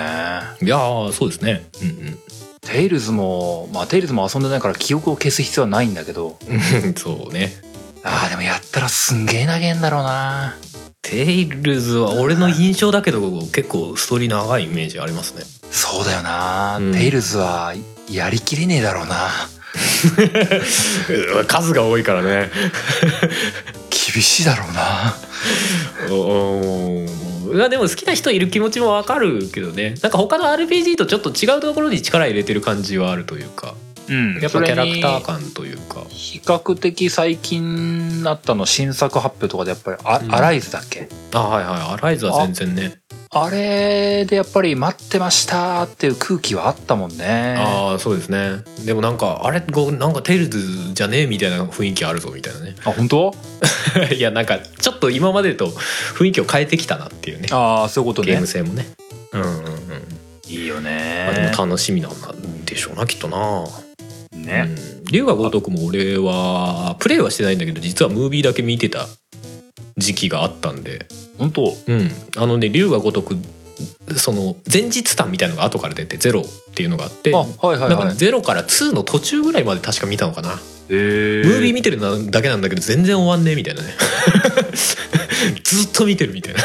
B: やーそうですね。うん
A: テイルズもまあテイルズも遊んでないから記憶を消す必要はないんだけど
B: うん、 そうね。
A: あーでもやったらすんげえ投げんだろうな
B: テイルズは俺の印象だけど結構ストーリー長いイメージありますね。
A: そうだよな、
B: うん
A: テイルズはやりきれねえだろうな
B: 数が多いからね。
A: 厳しいだろうな
B: おーいやでも好きな人いる気持ちもわかるけどねなんか他の RPG とちょっと違うところに力入れてる感じはあるというか
A: うん
B: やっぱキャラクター感というか
A: 比較的最近なったの新作発表とかでやっぱりあ、
B: うん
A: アライズだっけ
B: あはいはいアライズは全然ね
A: あれでやっぱり待ってましたっていう空気はあったもんね
B: ああそうですねでもなんかあれごなんかテイルズじゃねえみたいな雰囲気あるぞみたいなね
A: あ本当
B: いやなんかちょっと今までと雰囲気を変えてきたなっていうね
A: ああそういうこと
B: ゲー
A: ね
B: ム性もねうんうんうん
A: いいよ
B: まあで
A: ね
B: も楽しみなんでしょうなきっとなう
A: ね
B: ん龍が如くも俺はプレイはしてないんだけど実はムービーだけ見てた時期があったんで
A: 本当
B: うんあのね龍が如くその前日譚みたいのが後から出て「ゼロっていうのがあって
A: あはいはい
B: だか
A: は
B: ら
A: い
B: ゼロから2の途中ぐらいまで確か見たのかな、
A: えー
B: ムービー見てるなだけなんだけど全然終わんねえみたいなね ずっと見てるみたいな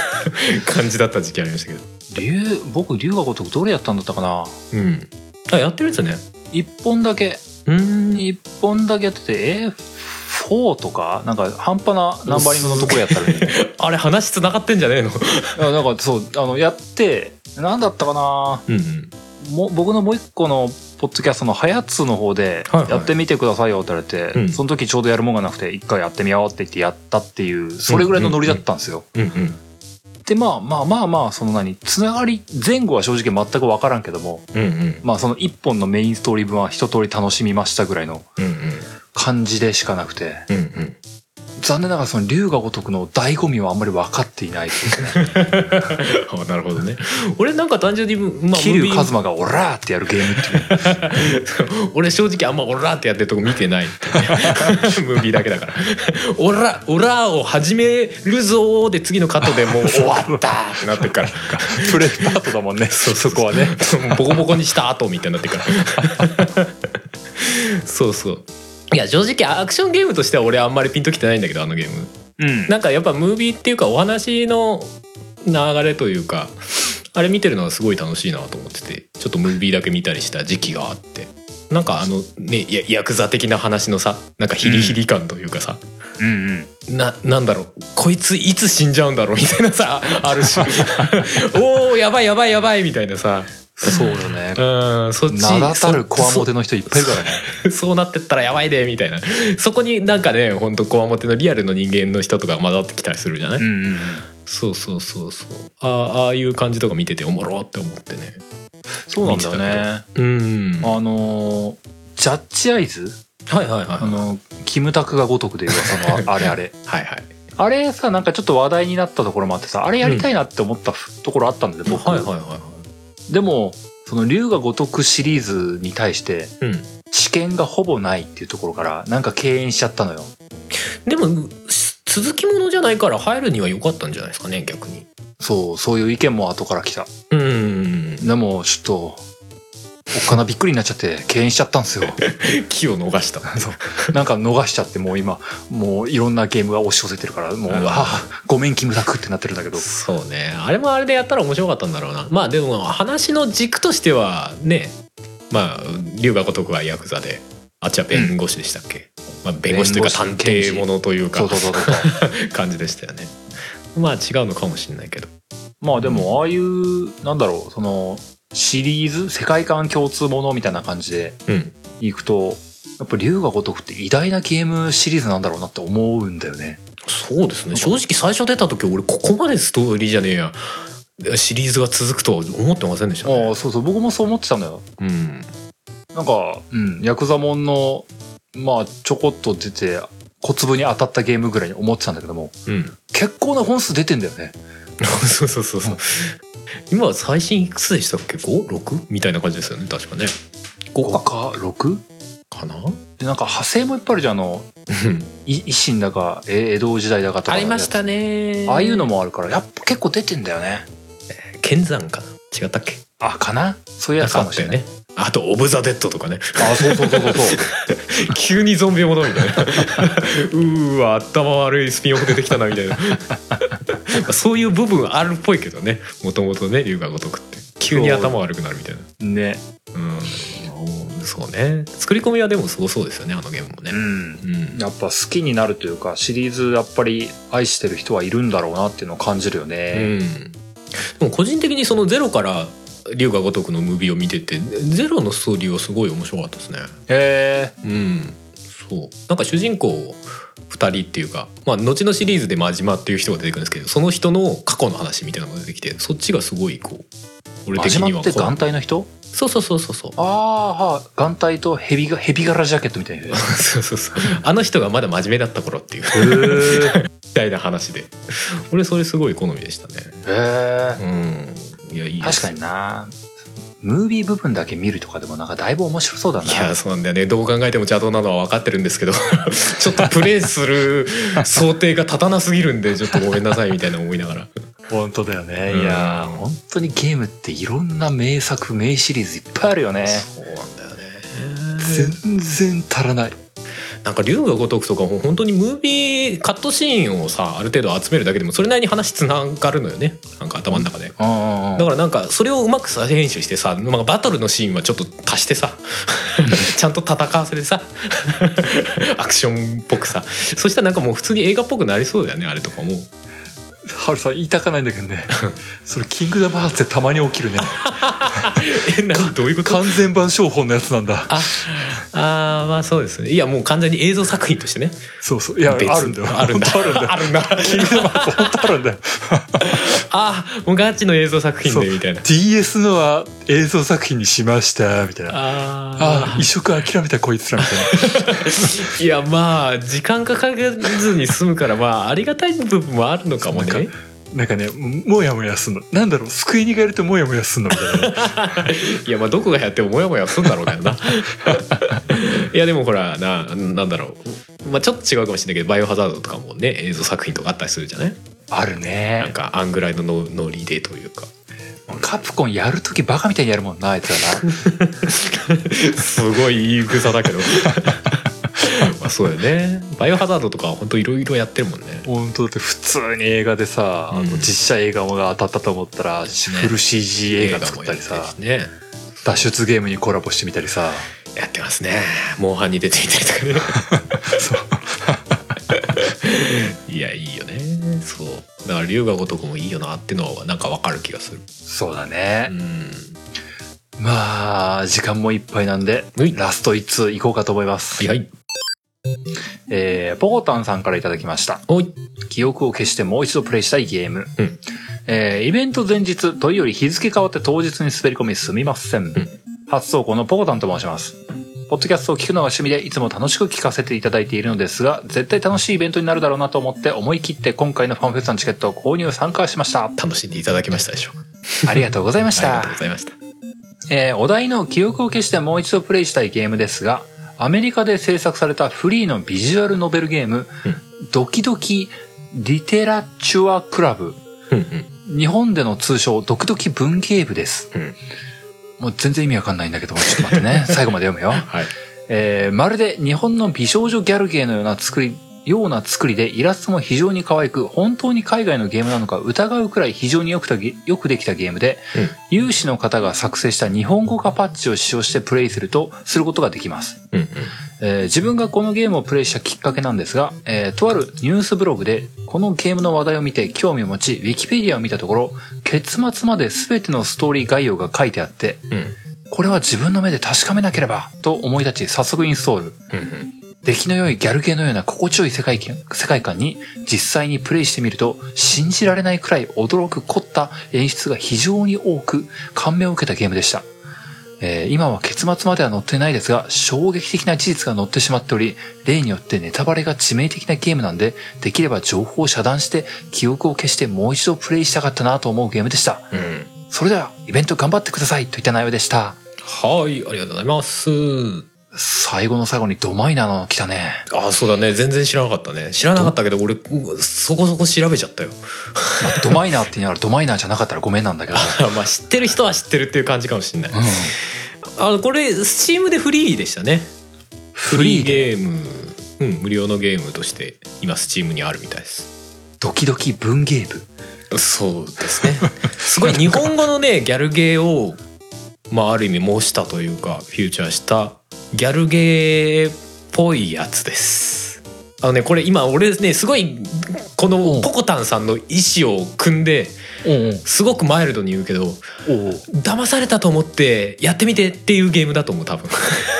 B: 感じだった時期ありましたけど
A: 竜僕竜が如くどれやったんだったかな
B: うんあやってるんですね
A: 一本だけ
B: うん
A: 一本だけやっててえー4とかなんか半端なナンバリングのところやったら ね
B: あれ話つながってんじゃねえの
A: あなんかそうあのやって何だったかな
B: うんうん
A: も僕のもう一個のポッドキャストの「はやつ」の方で
B: はいはい
A: やってみてくださいよ」って言われて、
B: うん
A: その時ちょうどやるもんがなくて一回やってみようって言ってやったっていうそれぐらいのノリだったんですよ。
B: うんうん
A: でまあまあまあまあその何つながり前後は正直全く分からんけども
B: うんうん
A: まあその一本のメインストーリー分は一通り楽しみましたぐらいの
B: うんうん
A: 感じでしかなくて
B: うんうん
A: 残念ながらその龍が如くの醍醐味はあんまり分かっていないっていうね
B: あなるほどね 俺なんか単純にま あ
A: 桐
B: ムービ
A: 生一
B: ー
A: 馬が「オラ!」ってやるゲームっていう
B: 俺正直あんま「オラ」ってやってるとこ見てないっていうね ムービーだけだから「オラ」「オラ」を始めるぞーで次のカットでもう終わったーってなってるから
A: プレスタートだもんねそそこはね。
B: ボコボコにした後みたいになってるから そうそういや正直アクションゲームとしては俺あんまりピンときてないんだけどあのゲーム
A: うん
B: なんかやっぱムービーっていうかお話の流れというかあれ見てるのはすごい楽しいなと思っててちょっとムービーだけ見たりした時期があってなんかあのねやヤクザ的な話のさなんかヒリヒリ感というかさ、
A: うんうん
B: ななんだろうこいついつ死んじゃうんだろうみたいなさあ るしおーやばいやばいやばいみたいなさ
A: そうだね
B: うんそっち
A: 名だたるこわ
B: そ
A: もての人いっぱいいるからね。
B: そう なってったらやばいでみたいなそこになんかねほんとこわもてのリアルの人間の人とか混ざってきたりするじゃない、
A: ん うん、
B: そうそうそうそうああああいう感じとか見てておもろって思ってね
A: そうなんだよね。
B: うんは
A: あのージャッジアイズ、
B: いはいはい
A: あのキムタクがごとくで言う噂 のあれあれ
B: はいはい
A: あれさなんかちょっと話題になったところもあってさあれやりたいなって思ったところあったんだよ、僕、
B: はいはいはいは
A: でもその龍が如くシリーズに対して
B: いうん
A: 知見がほぼないっていうところからなんか敬遠しちゃったのよ
B: でもす続きものじゃないから入るには良かったんじゃないですかね逆に
A: そうそういう意見も後から来た
B: うん
A: でもちょっとっかなびっくりになっちゃって敬遠しちゃったんですよ
B: 気を逃した
A: そうなんか逃しちゃってもう今もういろんなゲームが押し寄せてるからもう、
B: うん
A: ああごめんキムタクってなってるんだけど
B: そうねあれもあれでやったら面白かったんだろうなまあでも話の軸としてはねまあ龍が如くはヤクザであっちは弁護士でしたっけ、まあ、弁護士というか
A: 弁
B: 探
A: 護士検事
B: 偵ものというか
A: そうそうそうそう
B: 感じでしたよねまあ違うのかもしれないけど
A: まあでもああいうなんだろうそのシリーズ世界観共通ものみたいな感じで
B: うん
A: いくとやっぱ龍が如くって偉大なゲームシリーズなんだろうなって思うんだよね
B: そうですね正直最初出た時俺ここまでストーリーじゃねえやシリーズが続くとは思ってませんでした
A: あ
B: ね
A: あそうそう僕もそう思ってたのよ
B: うん
A: なんか、うん、ヤクザモンのまあちょこっと出て小粒に当たったゲームぐらいに思ってたんだけども
B: うん
A: 結構な本数出てんだよね
B: そうそうそうそう今最新いくつでしたっけ 56? みたいな感じですよね確かね
A: 5か 6?
B: かな
A: でなんか派生もいっぱいあるじゃんあのい維新だかえ江戸時代だかとか
B: ありましたね
A: ああいうのもあるからやっぱ結構出てんだよね
B: 剣山かな違ったっけ
A: あかなそういうやつかもしれない
B: んかあったよねあと「オブ・ザ・デッド」とかね
A: あそうそうそうそうそう
B: 急にゾンビものみたいなうーわ頭悪いスピンオフ出てきたなみたいなそういう部分あるっぽいけどねもともとね龍が如くって急に頭悪くなるみたいな
A: ね
B: うんそうね作り込みはでもすごそうですよねあのゲームもね
A: うん
B: うん
A: やっぱ好きになるというかシリーズやっぱり愛してる人はいるんだろうなっていうのを感じるよね、
B: うん、でも個人的にそのゼロから龍が如くのムービーを見ててゼロのストーリーはすごい面白かったですね
A: へえ
B: うんそうなんか主人公2人っていうか、まあ、後のシリーズで真島っていう人が出てくるんですけどその人の過去の話みたいなのが出てきてそっちがすごいこう俺的
A: 始
B: に
A: ま
B: は
A: って
B: こう
A: 眼帯の人
B: そうそうそうそうそう
A: ああは眼帯とヘビがヘビ柄ジャケットみたいな
B: そうそうそうあの人がまだ真面目だった頃っていう
A: へ
B: みたいな話で俺それすごい好みでしたね
A: え
B: うんいやいいです
A: 確かになムービー部分だけ見るとかでもなんかだいぶ面白そうだ
B: いや
A: な
B: そうなんだよねどう考えても邪道なのは分かってるんですけど ちょっとプレイする想定が立たなすぎるんでちょっとごめんなさいみたいな思いながら
A: 本当だよね
B: うん
A: いやー本当にゲームっていろんな名作名シリーズいっぱいあるよね
B: そうなんだよね
A: 全然足らない
B: なんか龍が如くとかもう本当にムービーカットシーンをさある程度集めるだけでもそれなりに話つながるのよねなんか頭の中で。
A: うんうんうん
B: だからなんかそれをうまく再編集してさ、まあ、バトルのシーンはちょっと足し てさちゃんと戦わせてさアクションっぽくさそしたらなんかもう普通に映画っぽくなりそうだよねあれとかもう
A: ハルさん言いたかないんだけど ねそれキングダムハーツってたまに起きるね
B: え何どういうこと
A: 完全版商法のやつなんだ
B: ああーまあそうですねいやもう完全に映像作品としてね
A: そうそういや
B: 別
A: あるんだよ
B: あるんだ
A: 本当あるんだよ
B: あるんだ
A: キングダムハーツ本当あるんだよ
B: あーもうガチの映像作品
A: そう
B: でみたいな
A: DS のは映像作品にしましたみたいなあ
B: あ
A: あ
B: ー
A: 移植諦めたこいつらみたいない
B: やまあ時間かかずに済むからまあありがたい部分もあるのかも
A: そう
B: ね
A: なんかねもやもやすんのなんだろう救いにがやるともやもやすんのみたいな
B: いやまあどこがやってもモヤモヤするん だろうけどないやでもほらななんだろう、まあ、ちょっと違うかもしれないけど「バイオハザード」とかもね映像作品とかあったりするじゃない
A: ある
B: なん
A: ね
B: かあんぐらいのノノリでとい うか
A: カプコンやるときバカみたいにやるもんなあいつらな
B: すごい言い草だけど まあそうよねバイオハザードとかは本当いろいろやってるもんね
A: 本当だって普通に映画でさ、あの
B: うん
A: 実写映画が当たったと思ったら、フル CG 映画作ったり
B: 映
A: さ
B: 画もやってるしね
A: 脱出ゲームにコラボしてみたりさ
B: やってますねモンハンに出ていたりとかねいやいいよねそうだから龍が如くもいいよなってのはなんかわかる気がする
A: そうだ
B: う
A: ね、
B: ん
A: まあ時間もいっぱいなんで
B: はい
A: ラスト1通いこうかと思います、
B: はいはい
A: えーポコタンさんからいただきました
B: おい
A: 記憶を消してもう一度プレイしたいゲーム、
B: うん
A: えーイベント前日というより日付変わって当日に滑り込みすみません、初投稿のポコタンと申しますポッドキャストを聞くのが趣味でいつも楽しく聞かせていただいているのですが絶対楽しいイベントになるだろうなと思って思い切って今回のファンフェスのチケットを購入参加しました
B: 楽しんでいただきましたでしょうか
A: ありがとうございまし
B: あり が
A: た
B: とうございました
A: えーお題の記憶を消してもう一度プレイしたいゲームですが、アメリカで制作されたフリーのビジュアルノベルゲーム、ドキドキリテラチュアクラブ。
B: うんうん
A: 日本での通称ドキドキ文芸部です。
B: うん
A: もう全然意味わかんないんだけど、ちょっと待ってね。 最後まで読むよ。
B: はい。
A: えーまるで日本の美少女ギャルゲーのような作り、ような作りでイラストも非常に可愛く、本当に海外のゲームなのか疑うくらい非常によくたげよくできたゲームで、
B: うん
A: 有志の方が作成した日本語化パッチを使用してプレイすると、することができます。
B: うんうん。
A: えー自分がこのゲームをプレイしたきっかけなんですが、えーとあるニュースブログでこのゲームの話題を見て興味を持ちウィキペディアを見たところ結末まで全てのストーリー概要が書いてあって
B: うん。
A: これは自分の目で確かめなければと思い立ち早速インストール
B: うんうん。
A: 出来の良いギャル系のような心地よい世界観世界観に実際にプレイしてみると信じられないくらい驚く凝った演出が非常に多く感銘を受けたゲームでした、えー今は結末までは載っていないですが衝撃的な事実が載ってしまっており例によってネタバレが致命的なゲームなんでできれば情報を遮断して記憶を消してもう一度プレイしたかったなと思うゲームでした
B: うん。
A: それではイベント頑張ってくださいといった内容でした
B: はい、ありがとうございます。
A: 最後の最後にドマイナーなの来たね
B: あ、そうだね。全然知らなかったね。知らなかったけど、俺、うんそこそこ調べちゃったよ。
A: まあドマイナーって言いながらドマイナーじゃなかったらごめんなんだけど
B: まあ、知ってる人は知ってるっていう感じかもしれない。
A: う
B: あの、これ、スチームでフリーでしたね。
A: ん、フリーで
B: ゲーム、うん、無料のゲームとして、今、スチームにあるみたいです。
A: ドキドキ文芸部
B: そうですね。 すごい、日本語のね、ギャルゲーを、まあ、ある意味、模したというか、フューチャーした、ギャルゲーっぽいやつです。あのね、これ、今、俺ね、すごい、こ
A: う
B: の、
A: ん
B: ポコタンさんの意思を組んで、
A: お
B: すごくマイルドに言うけど、
A: お
B: 騙されたと思って、やってみてっていうゲームだと思う、多分。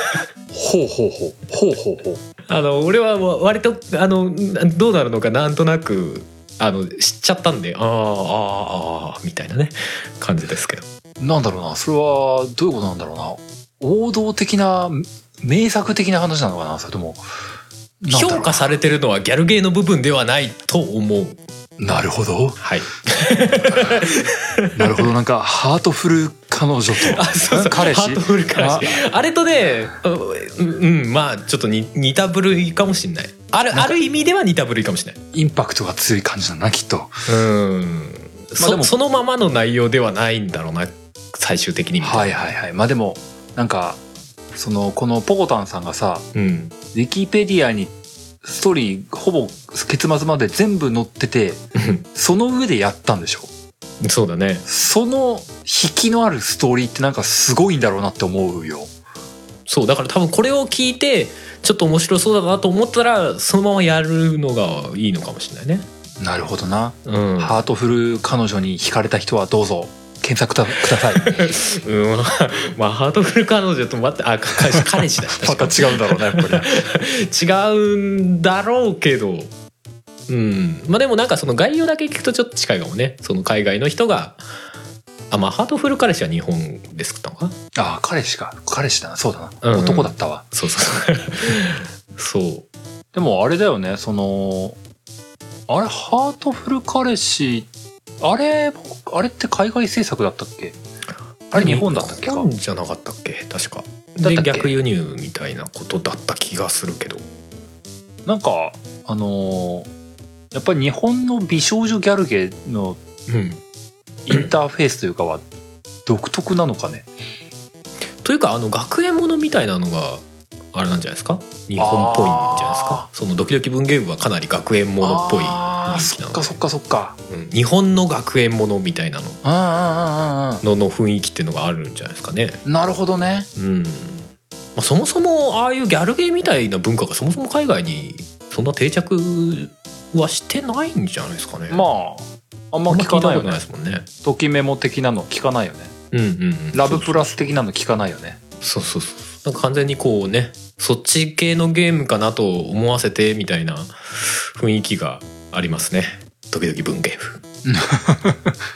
A: ほうほうほうほうほうほう
B: あの俺はわ割とあのなどうなるのかなんとなくあの知っちゃったんであーあーあーみたいなね感じですけど
A: なんだろうなそれはどういうことなんだろうな王道的な名作的な話なのかなそれともなんだろう
B: 評価されてるのはギャルゲーの部分ではないと思う
A: なるほど
B: はい
A: なるほどなんかハートフル彼女と彼氏
B: ハートフル彼氏あれとねうん、うん、まあちょっとに似た部類かもしんないある
A: んか
B: ある意味では似た部類かもしれない
A: インパクトが強い感じだなきっと
B: うん、
A: でも
B: そそのままの内容ではないんだろうな最終的にみた
A: はいいはいはいまあでもなんかそのこのポコタンさんがさ、
B: な、うん、
A: ウィキペディアにストーリーほぼ結末まで全部載ってて、その上でやったんでしょ
B: そうだね
A: その引きのあるストーリーってなんかすごいんだろうなって思うよ。
B: そうだから多分これを聞いてちょっと面白そうだなと思ったらそのままやるのがいいのかもしれないね。
A: なるほどな。
B: うん、うん、
A: ハートフル彼女に惹かれた人はどうぞ検索たくだ さい。
B: まあハートフル彼女と待ってあ彼氏 彼氏だし
A: また違うんだろうな、やっぱりね。
B: 違うんだろうけど、うん、まあでもなんかその概要だけ聞くとちょっと近いかもねその海外の人があまあハートフル彼氏は日本ですかな
A: ああ、彼氏か。彼氏だな。そうだ
B: うん
A: な。
B: うん
A: 男だったわ。
B: そうそうそう そう
A: でもあれだよね、その、あれ、ハートフル彼氏、あれ、あれって海外制作だったっけあれ日本だったっけ
B: 日
A: か
B: 本じゃなかったっけ確か
A: だっ
B: で
A: たっけ
B: 逆輸入みたいなことだった気がするけど
A: なんかあのーやっぱり日本の美少女ギャルゲーの
B: うん
A: インターフェースというかは独特なのかね
B: というかあの学園ものみたいなのがあれなんじゃないですか日本っぽいんじゃないですかそのドキドキ文芸部はかなり学園ものっぽい
A: あー
B: 雰囲気
A: そ
B: な
A: っ
B: の
A: かそっかそっか
B: うん日本の学園ものみたいな
A: う
B: の
A: んうんうんうん
B: のの雰囲気っていうのがあるんじゃないですかね
A: うんなるほどね
B: うん、まあ、そもそもああいうギャルゲーみたいな文化がそもそも海外にそんな定着はしてないんじゃないですかね
A: ま
B: あ
A: ああんま聞かないよね
B: ですもんね
A: ときメモ的なの聞かないよね
B: うんうんうん
A: ラブプラス的なの聞かないよね
B: そうそうそう。なんか完全にこうね、そっち系のゲームかなと思わせてみたいな雰囲気がありますね。ドキドキ 文芸部。い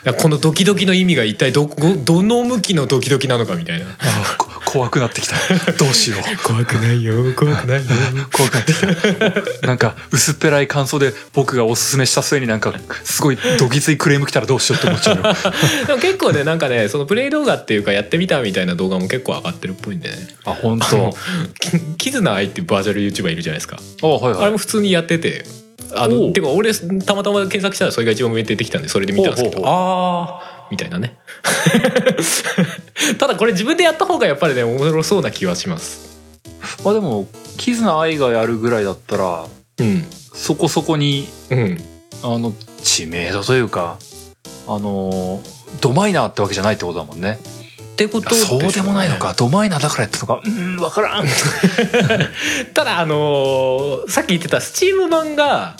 B: やこのドキドキの意味が一体どこどの向きのドキドキなのかみたいな
A: こ怖くなってきたどうしよう
B: 怖くないよ怖くないよ
A: 怖くなってきたなんか薄っぺらい感想で僕がおすすめした末になんかすごいどぎついクレーム来たらどうしようって思っちゃうよ
B: でも結構ねなんかねそのプレイ動画っていうかやってみたみたいな動画も結構上がってるっぽいんでね
A: あ本
B: あの
A: 当
B: キキズナアイっていうバーチャル YouTuber いるじゃないですか
A: あはい
B: あ
A: は
B: れ
A: い
B: も普通にやっててあ
A: お
B: の
A: う
B: てか俺たまたま検索したらそれが一番上に出てきたんでそれで見たんですけど
A: ほうほうほう
B: あみたいなね ただこれ自分でやった方がやっぱりね面白そうな気はします
A: まあでもキズナ愛がやるぐらいだったら
B: うん
A: そこそこに
B: うん
A: あの知名度というかあのドマイナーってわけじゃないってことだもんね
B: ってこと
A: あそうで
B: しょ
A: も
B: ね
A: ないのかドマイナーだからやったのかうーん分からん
B: ただあのーさっき言ってたスチーム版が、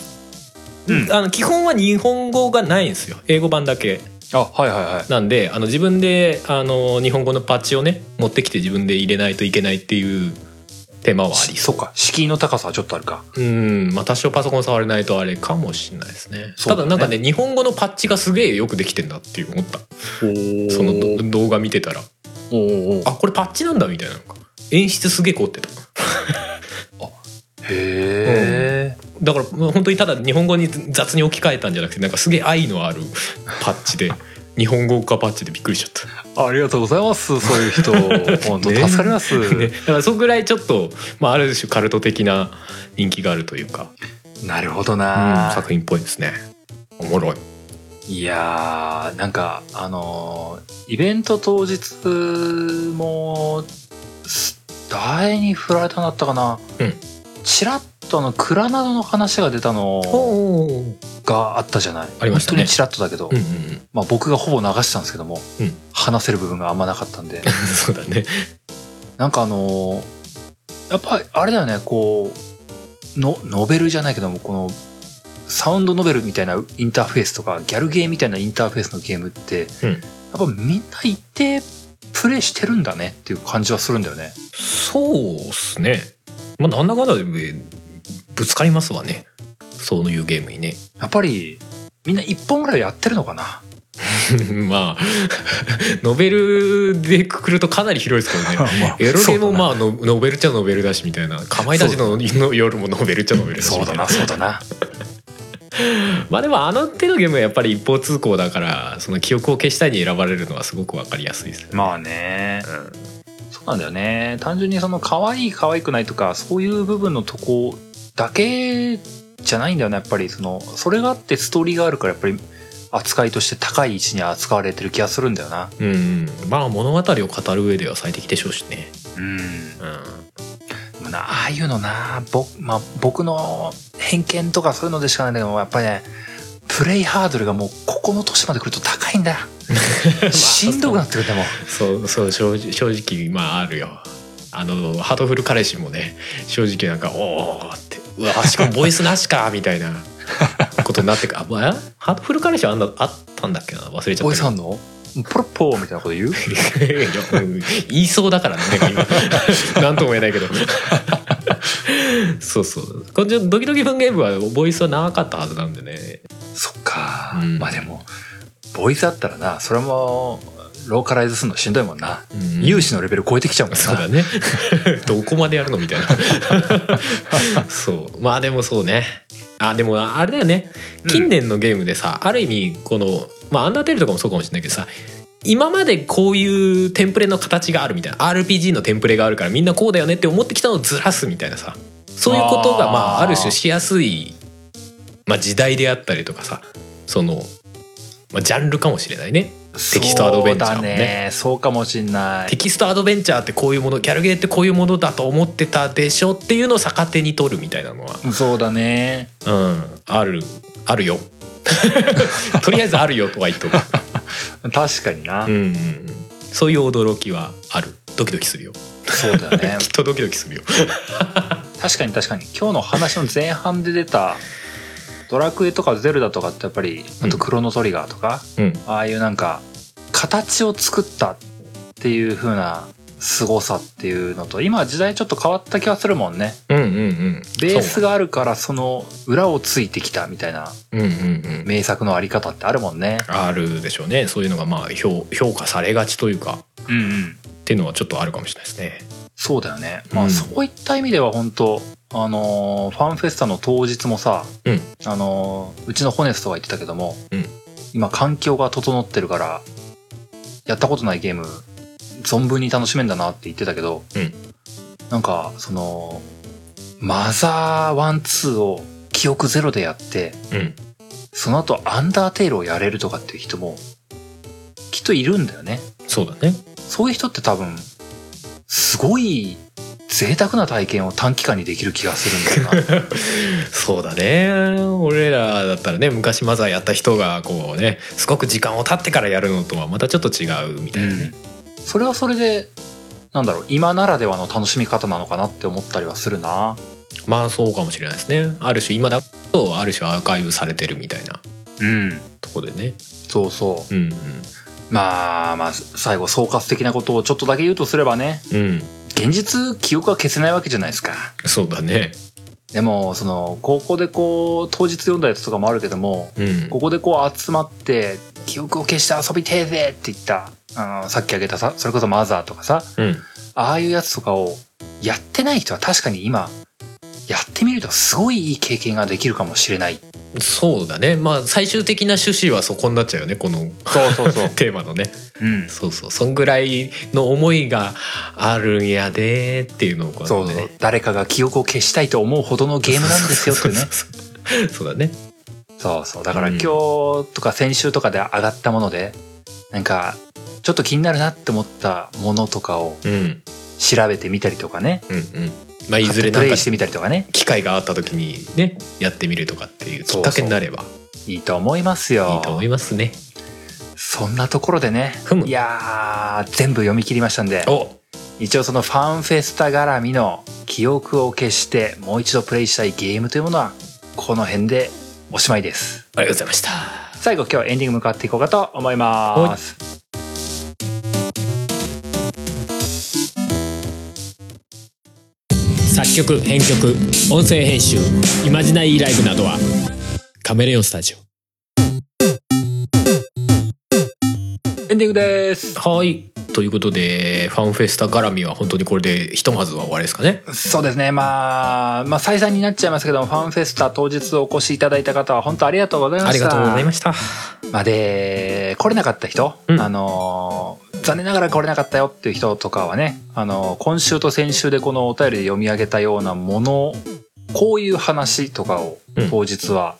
A: うん
B: あの基本は日本語がないんですよ英語版だけ
A: あはいはいはい
B: なんであの自分で、あのー日本語のパッチをね持ってきて自分で入れないといけないっていう手間はあり
A: そっか敷居の高さはちょっとあるか
B: うんまあ多少パソコン触れないとあれかもしれないですね
A: そう
B: た
A: だね
B: だなんかね日本語のパッチがすげえよくできてんだっていう思ったそ
A: そ
B: のど動画見てたら
A: おーおー
B: あこれパッチなんだみたいなのか演出すげえ凝ってた
A: へえ、
B: だからもう本当にただ日本語に雑に置き換えたんじゃなくてなんかすげえ愛のあるパッ チで日本語化パッチでびっくりしちゃっ
A: ありがとうございますそういう 人本当助かります、
B: た、ね、だからそんぐらいちょっと、まあ、ある種カルト的な人気があるというか、
A: なるほど
B: うん
A: な、
B: 作品っぽいですねおもろい
A: いやーなんかあのーイベント当日もす誰に振られたなったかな、
B: うん
A: ちらっとあのクラナドの話が出たの
B: おお
A: があったじゃない
B: ありましたね
A: 本当にちらっとだけど、
B: うんうん
A: まあ、僕がほぼ流してたんですけども、
B: うん
A: 話せる部分があんまなかったんで
B: そうだね
A: なんかあのーやっぱりあれだよねこうのノベルじゃないけどもこのサウンドノベルみたいなインターフェースとかギャルゲーみたいなインターフェースのゲームって、
B: うん
A: やっぱみんな一定プレイしてるんだねっていう感じはするんだよね。
B: そうっすねまあなんだかんだでえぶつかりますわねそういうゲームにね
A: やっぱりみんな一本ぐらいやってるのかな
B: まあ ノベルでくくるとかなり広いです からね エロゲもま
A: あ
B: あのノベルっちゃノベルだしみたいなかまいたちのの夜もノベルっちゃノベルだし
A: そう
B: み
A: だ
B: たい
A: なそうだな
B: まあでもあの手のゲームはやっぱり一方通行だからその記憶を消したいに選ばれるのはすごくわかりやすいですね、
A: まあね
B: うん
A: そうなんだよね単純にその可愛い可愛くないとかそういう部分のとこだけじゃないんだよねやっぱりそのそれがあってストーリーがあるからやっぱり扱いとして高い位置に扱われてる気がするんだよな
B: うんまあ物語を語る上では最適でしょうしね、
A: うん
B: う
A: でもなああいうのなぼ、まあ、僕の偏見とかそういうのでしかないんだけどやっぱりねプレイハードルがもうここの年まで来ると高いんだしんどくなってくるでも
B: ん、そうそう正直正直まああるよあのハートフル彼氏もね正直なんか「おお」って「うわしかもボイスなしか」みたいなことになってくあ、まあ、ハートフル彼氏はあんなあったんだっけな忘れちゃったけど
A: おじさんのポロッポーみたいなこと言う
B: いやうん言いそうだからね なんか今なんとも言えないけどそうそうこっちのドキドキフンゲームはボイスは長かったはずなんでね
A: そっか、
B: うん
A: まあでもボイスあったらなそれもローカライズするのしんどいもんな、
B: うん
A: 有志のレベル超えてきちゃうもん
B: そうだ
A: な
B: ね どこまでやるのみたいな そうまあでもそうねあでもあれだよね
A: うん
B: 近年のゲームでさ、ある意味このまあアンダーテールとかもそうかもしれないけどさ今までこういうテンプレの形があるみたいな RPG のテンプレがあるからみんなこうだよねって思ってきたのをずらすみたいなさそういうことが
A: あー
B: まあある種しやすい、まあ、時代であったりとかさその、まあ、ジャンルかもしれないねテキストアドベンチャーもね
A: そうだねそうかもしんな
B: テ
A: い
B: キストアドベンチャーってこういうものギャルゲーってこういうものだと思ってたでしょっていうのを逆手に取るみたいなのは
A: そうだね
B: うんあるあるよ とりあえずあるよとは言っとく、
A: 確かにな、
B: うんうんうん、そういう驚きはあるドキドキするよ
A: そうだね
B: きっとドキドキするよ
A: 確かに確かに今日の話の前半で出たドラクエとかゼルダとかってやっぱりあとクロノトリガーとか、
B: うん
A: ああいうなんか形を作ったっていう風な凄さっていうのと今時代ちょっと変わった気がするもんね
B: うんうんうん
A: ベースがあるからその裏をついてきたみたいな
B: そううんうんうん
A: 名作のあり方ってあるもんね。
B: あるでしょうねそういうのがまあ評評価されがちというか
A: うんうん。
B: っていうのはちょっとあるかもしれないですね
A: そうだよね。まあ、
B: うん
A: そういった意味では本当あのーファンフェスタの当日もさ、
B: うん
A: あのーうちのホネストが言ってたけども、
B: うん
A: 今環境が整ってるから、やったことないゲーム、存分に楽しめんだなって言ってたけど、
B: うん
A: なんか、その、マザー1、2を記憶ゼロでやって、
B: うん
A: その後アンダーテイルをやれるとかっていう人も人いるんだよね。
B: そうだね
A: そういう人って多分、すごい贅沢な体験を短期間にできる気がするんだよな。
B: そうだね俺らだったらね昔マザーやった人がこうねすごく時間を経ってからやるのとはまたちょっと違うみたいなね、
A: それはそれで、なんだろう、今ならではの楽しみ方なのかなって思ったりはするな。
B: まあそうかもしれないですねある種今だとある種アーカイブされてるみたいな
A: うん。
B: とこでね
A: そうそう。
B: うん
A: まあまあ、最後総括的なことをちょっとだけ言うとすればね、
B: うんうん
A: 現実記憶は消せないわけじゃないですか。
B: そうだね
A: でも、その、高校でこう、当日読んだやつとかもあるけども、
B: うん
A: ここでこう集まって、記憶を消して遊びてえぜって言った、あの、さっき挙げたさ、それこそマザーとかさ、
B: うん
A: ああいうやつとかを、やってない人は確かに今、やってみるとすごいいい経験ができるかもしれない。
B: そうだねまあ最終的な趣旨はそこになっちゃうよねこの
A: そうそうそう
B: テーマのね
A: うん。
B: そうそうそんぐらいの思いがあるんやでっていうのをこ
A: そうそう。誰かが記憶を消したいと思うほどのゲームなんですよ ってね。
B: ねそうだね
A: そうそう。だから今日とか先週とかで上がったもので、なんか、ちょっと気になるなって思ったものとかを
B: うん
A: 調べてみたりとかね。
B: うんうんまあいず
A: 買って
B: れ
A: プ
B: なん
A: レ
B: か
A: イしてみたりとかね。
B: 機会があった時にねやってみるとかっていうきっかけになれば
A: いいと思いますよ。
B: いいと思いますね
A: そんなところでね
B: ふ、む
A: いやー、全部読み切りましたんで、
B: お
A: 一応そのファンフェスタ絡みの記憶を消してもう一度プレイしたいゲームというものは、この辺でおしまいです。
B: ありがとうございました
A: 最後今日はエンディング向かっていこうかと思います。
B: 作曲編曲音声編集イマジナイライブなどはカメレオンスタジオ
A: エンディングです。
B: はいということでファンフェスタ絡みは本当にこれでひとまずは終わりですかね
A: そうですね。まあ、まあ再三になっちゃいますけども、ファンフェスタ当日お越しいただいた方は本当ありがとうございました。
B: ありがとうございました
A: まあ、で、来れなかった人、
B: うん
A: あのー、残念ながら来れなかったよっていう人とかはね、あのー、今週と先週でこのお便りで読み上げたようなもの、こういう話とかを
B: うん
A: 当日は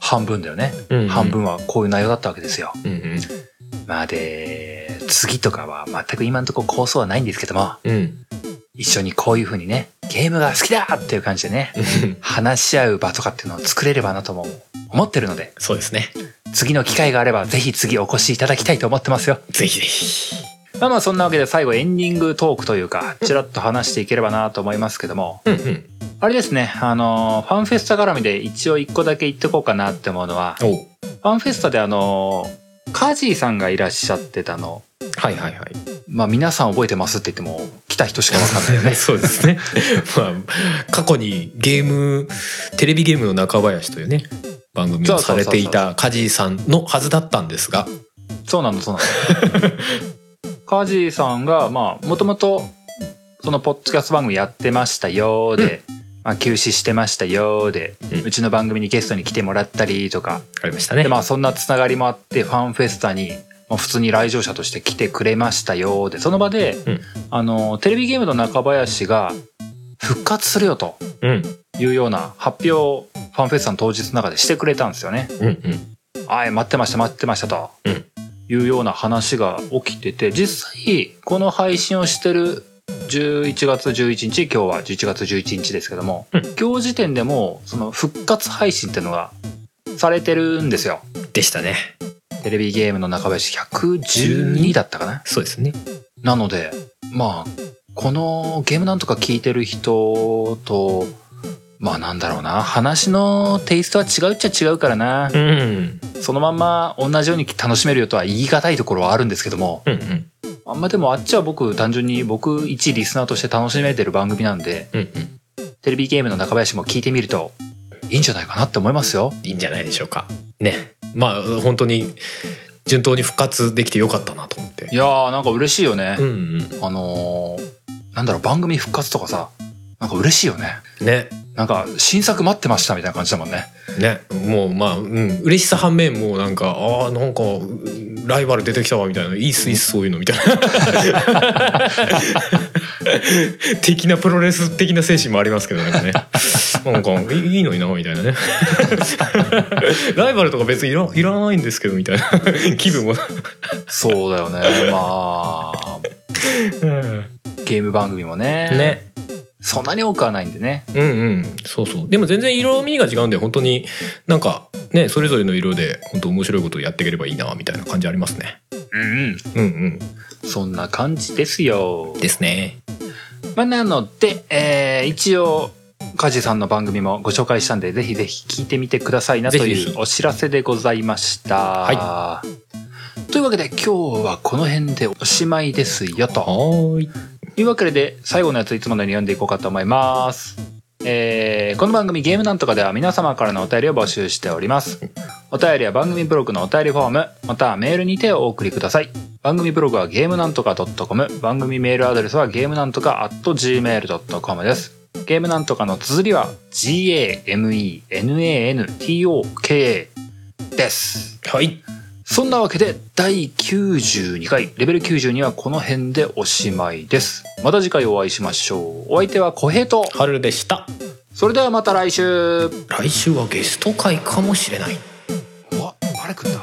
A: 半分だよね。
B: うんうん
A: 半分はこういう内容だったわけですよ。
B: うんうん
A: まあで、次とかは全く今のところ構想はないんですけども、
B: うん
A: 一緒にこういう風にね、ゲームが好きだっていう感じでね、話し合う場とかっていうのを作れればなとも思ってるので、
B: そうですね
A: 次の機会があればぜひ次お越しいただきたいと思ってますよ。
B: ぜひぜひ
A: まあまあそんなわけで最後エンディングトークというか、ちらっと話していければなと思いますけども、
B: うんうん
A: あれですね、あのー、ファンフェスタ絡みで一応一個だけ言ってこうかなって思うのは、
B: お
A: ファンフェスタであのー、カジーさんがいらっしゃってたの、
B: はいはいはい
A: まあ皆さん覚えてますって言っても、来た人しかわかんない よね。
B: そうですね。まあ、過去にゲーム、テレビゲームの中林というね、番組をされていた梶井さんのはずだったんですが、
A: そうなの、そうなの。 カジーさんが、まあ、もともと、そのポッドキャスト番組やってましたよーで、まあ、休止してましたよーで、
B: う
A: うんちの番組にゲストに来てもらったりとか、
B: ありましたね。
A: でまあそんなつながりもあってファンフェスタに、まあ、普通に来場者として来てくれましたよでその場で、
B: うん
A: あのテレビゲームの中林が復活するよと
B: うん、
A: いうような発表をファンフェスタの当日の中でしてくれたんですよね。
B: うん、うん。
A: はい待ってました待ってましたと、
B: うん
A: いうような話が起きてて実際この配信をしてる11月11日今日は11月11日ですけども、
B: うん
A: 今日時点でもうその復活配信っていうのがされてるんですよ。
B: でしたね。
A: テレビゲームの中林112だったかな
B: そうですね。
A: なので、まあ、このゲームなんとか聞いてる人と、まあなんだろうな、話のテイストは違うっちゃ違うからな
B: う、ん、うん、
A: そのまんま同じように楽しめるよとは言い難いところはあるんですけども、
B: うん、
A: あんまでもあっちは僕単純に僕一リスナーとして楽しめてる番組なんで、
B: うん、うん。
A: テレビゲームの中林も聞いてみると、いいんじゃないかなって思いますよ。
B: いいんじゃないでしょうか。ね。まあ、本当に、順当に復活できてよかったなと思って
A: い。やーなんか嬉しいよね。
B: うん、うん。
A: あのーなんだろう、番組復活とかさ、なんか嬉しいよね。
B: ね。
A: なんか、新作待ってましたみたいな感じだもんね。
B: ね、もうまあ、うん、嬉しさ反面もうなんかああなんかうんライバル出てきたわみたいないいっすいいっすそういうのみたいな 的なプロレス的な精神もありますけどなんかねなんかいいいのになみたいなね ライバルとか別にいらいらないんですけどみたいな 気分も
A: そうだよ ね。まあ、ゲーム番組もね。。
B: ね
A: そんなに多くはないんでね。
B: うんうんそうそうでも全然色味が違うんで本当になんかねそれぞれの色で本当面白いことをやっていければいいなみたいな感じありますね
A: うんうん。
B: うんうん
A: そんな感じですよ。
B: ですね
A: まあ、なので、えー一応、カジさんの番組もご紹介したんで、ぜひぜひ聞いてみてくださいなと
B: ぜひぜ
A: い
B: ひ
A: うお知らせでございました。というわけで今日はこの辺でおしまいですよと。
B: はーい
A: というわけで最後のやついつものように読んでいこうかと思います。えーこの番組ゲームなんとかでは皆様からのお便りを募集しております。お便りは番組ブログのお便りフォーム、またはメールにてお送りください。番組ブログはゲームなんとか .com、番組メールアドレスはゲームなんとか .gmail.com です。ゲームなんとかの綴りは g-a-m-e-n-a-n-t-o-k です。
B: はい
A: そんなわけで第92回レベル92はこの辺でおしまいです。また次回お会いしましょう。お相手は小平と。
B: 春でした
A: それではまた来週。
B: 来週はゲスト会かもしれない
A: わ、誰来んだ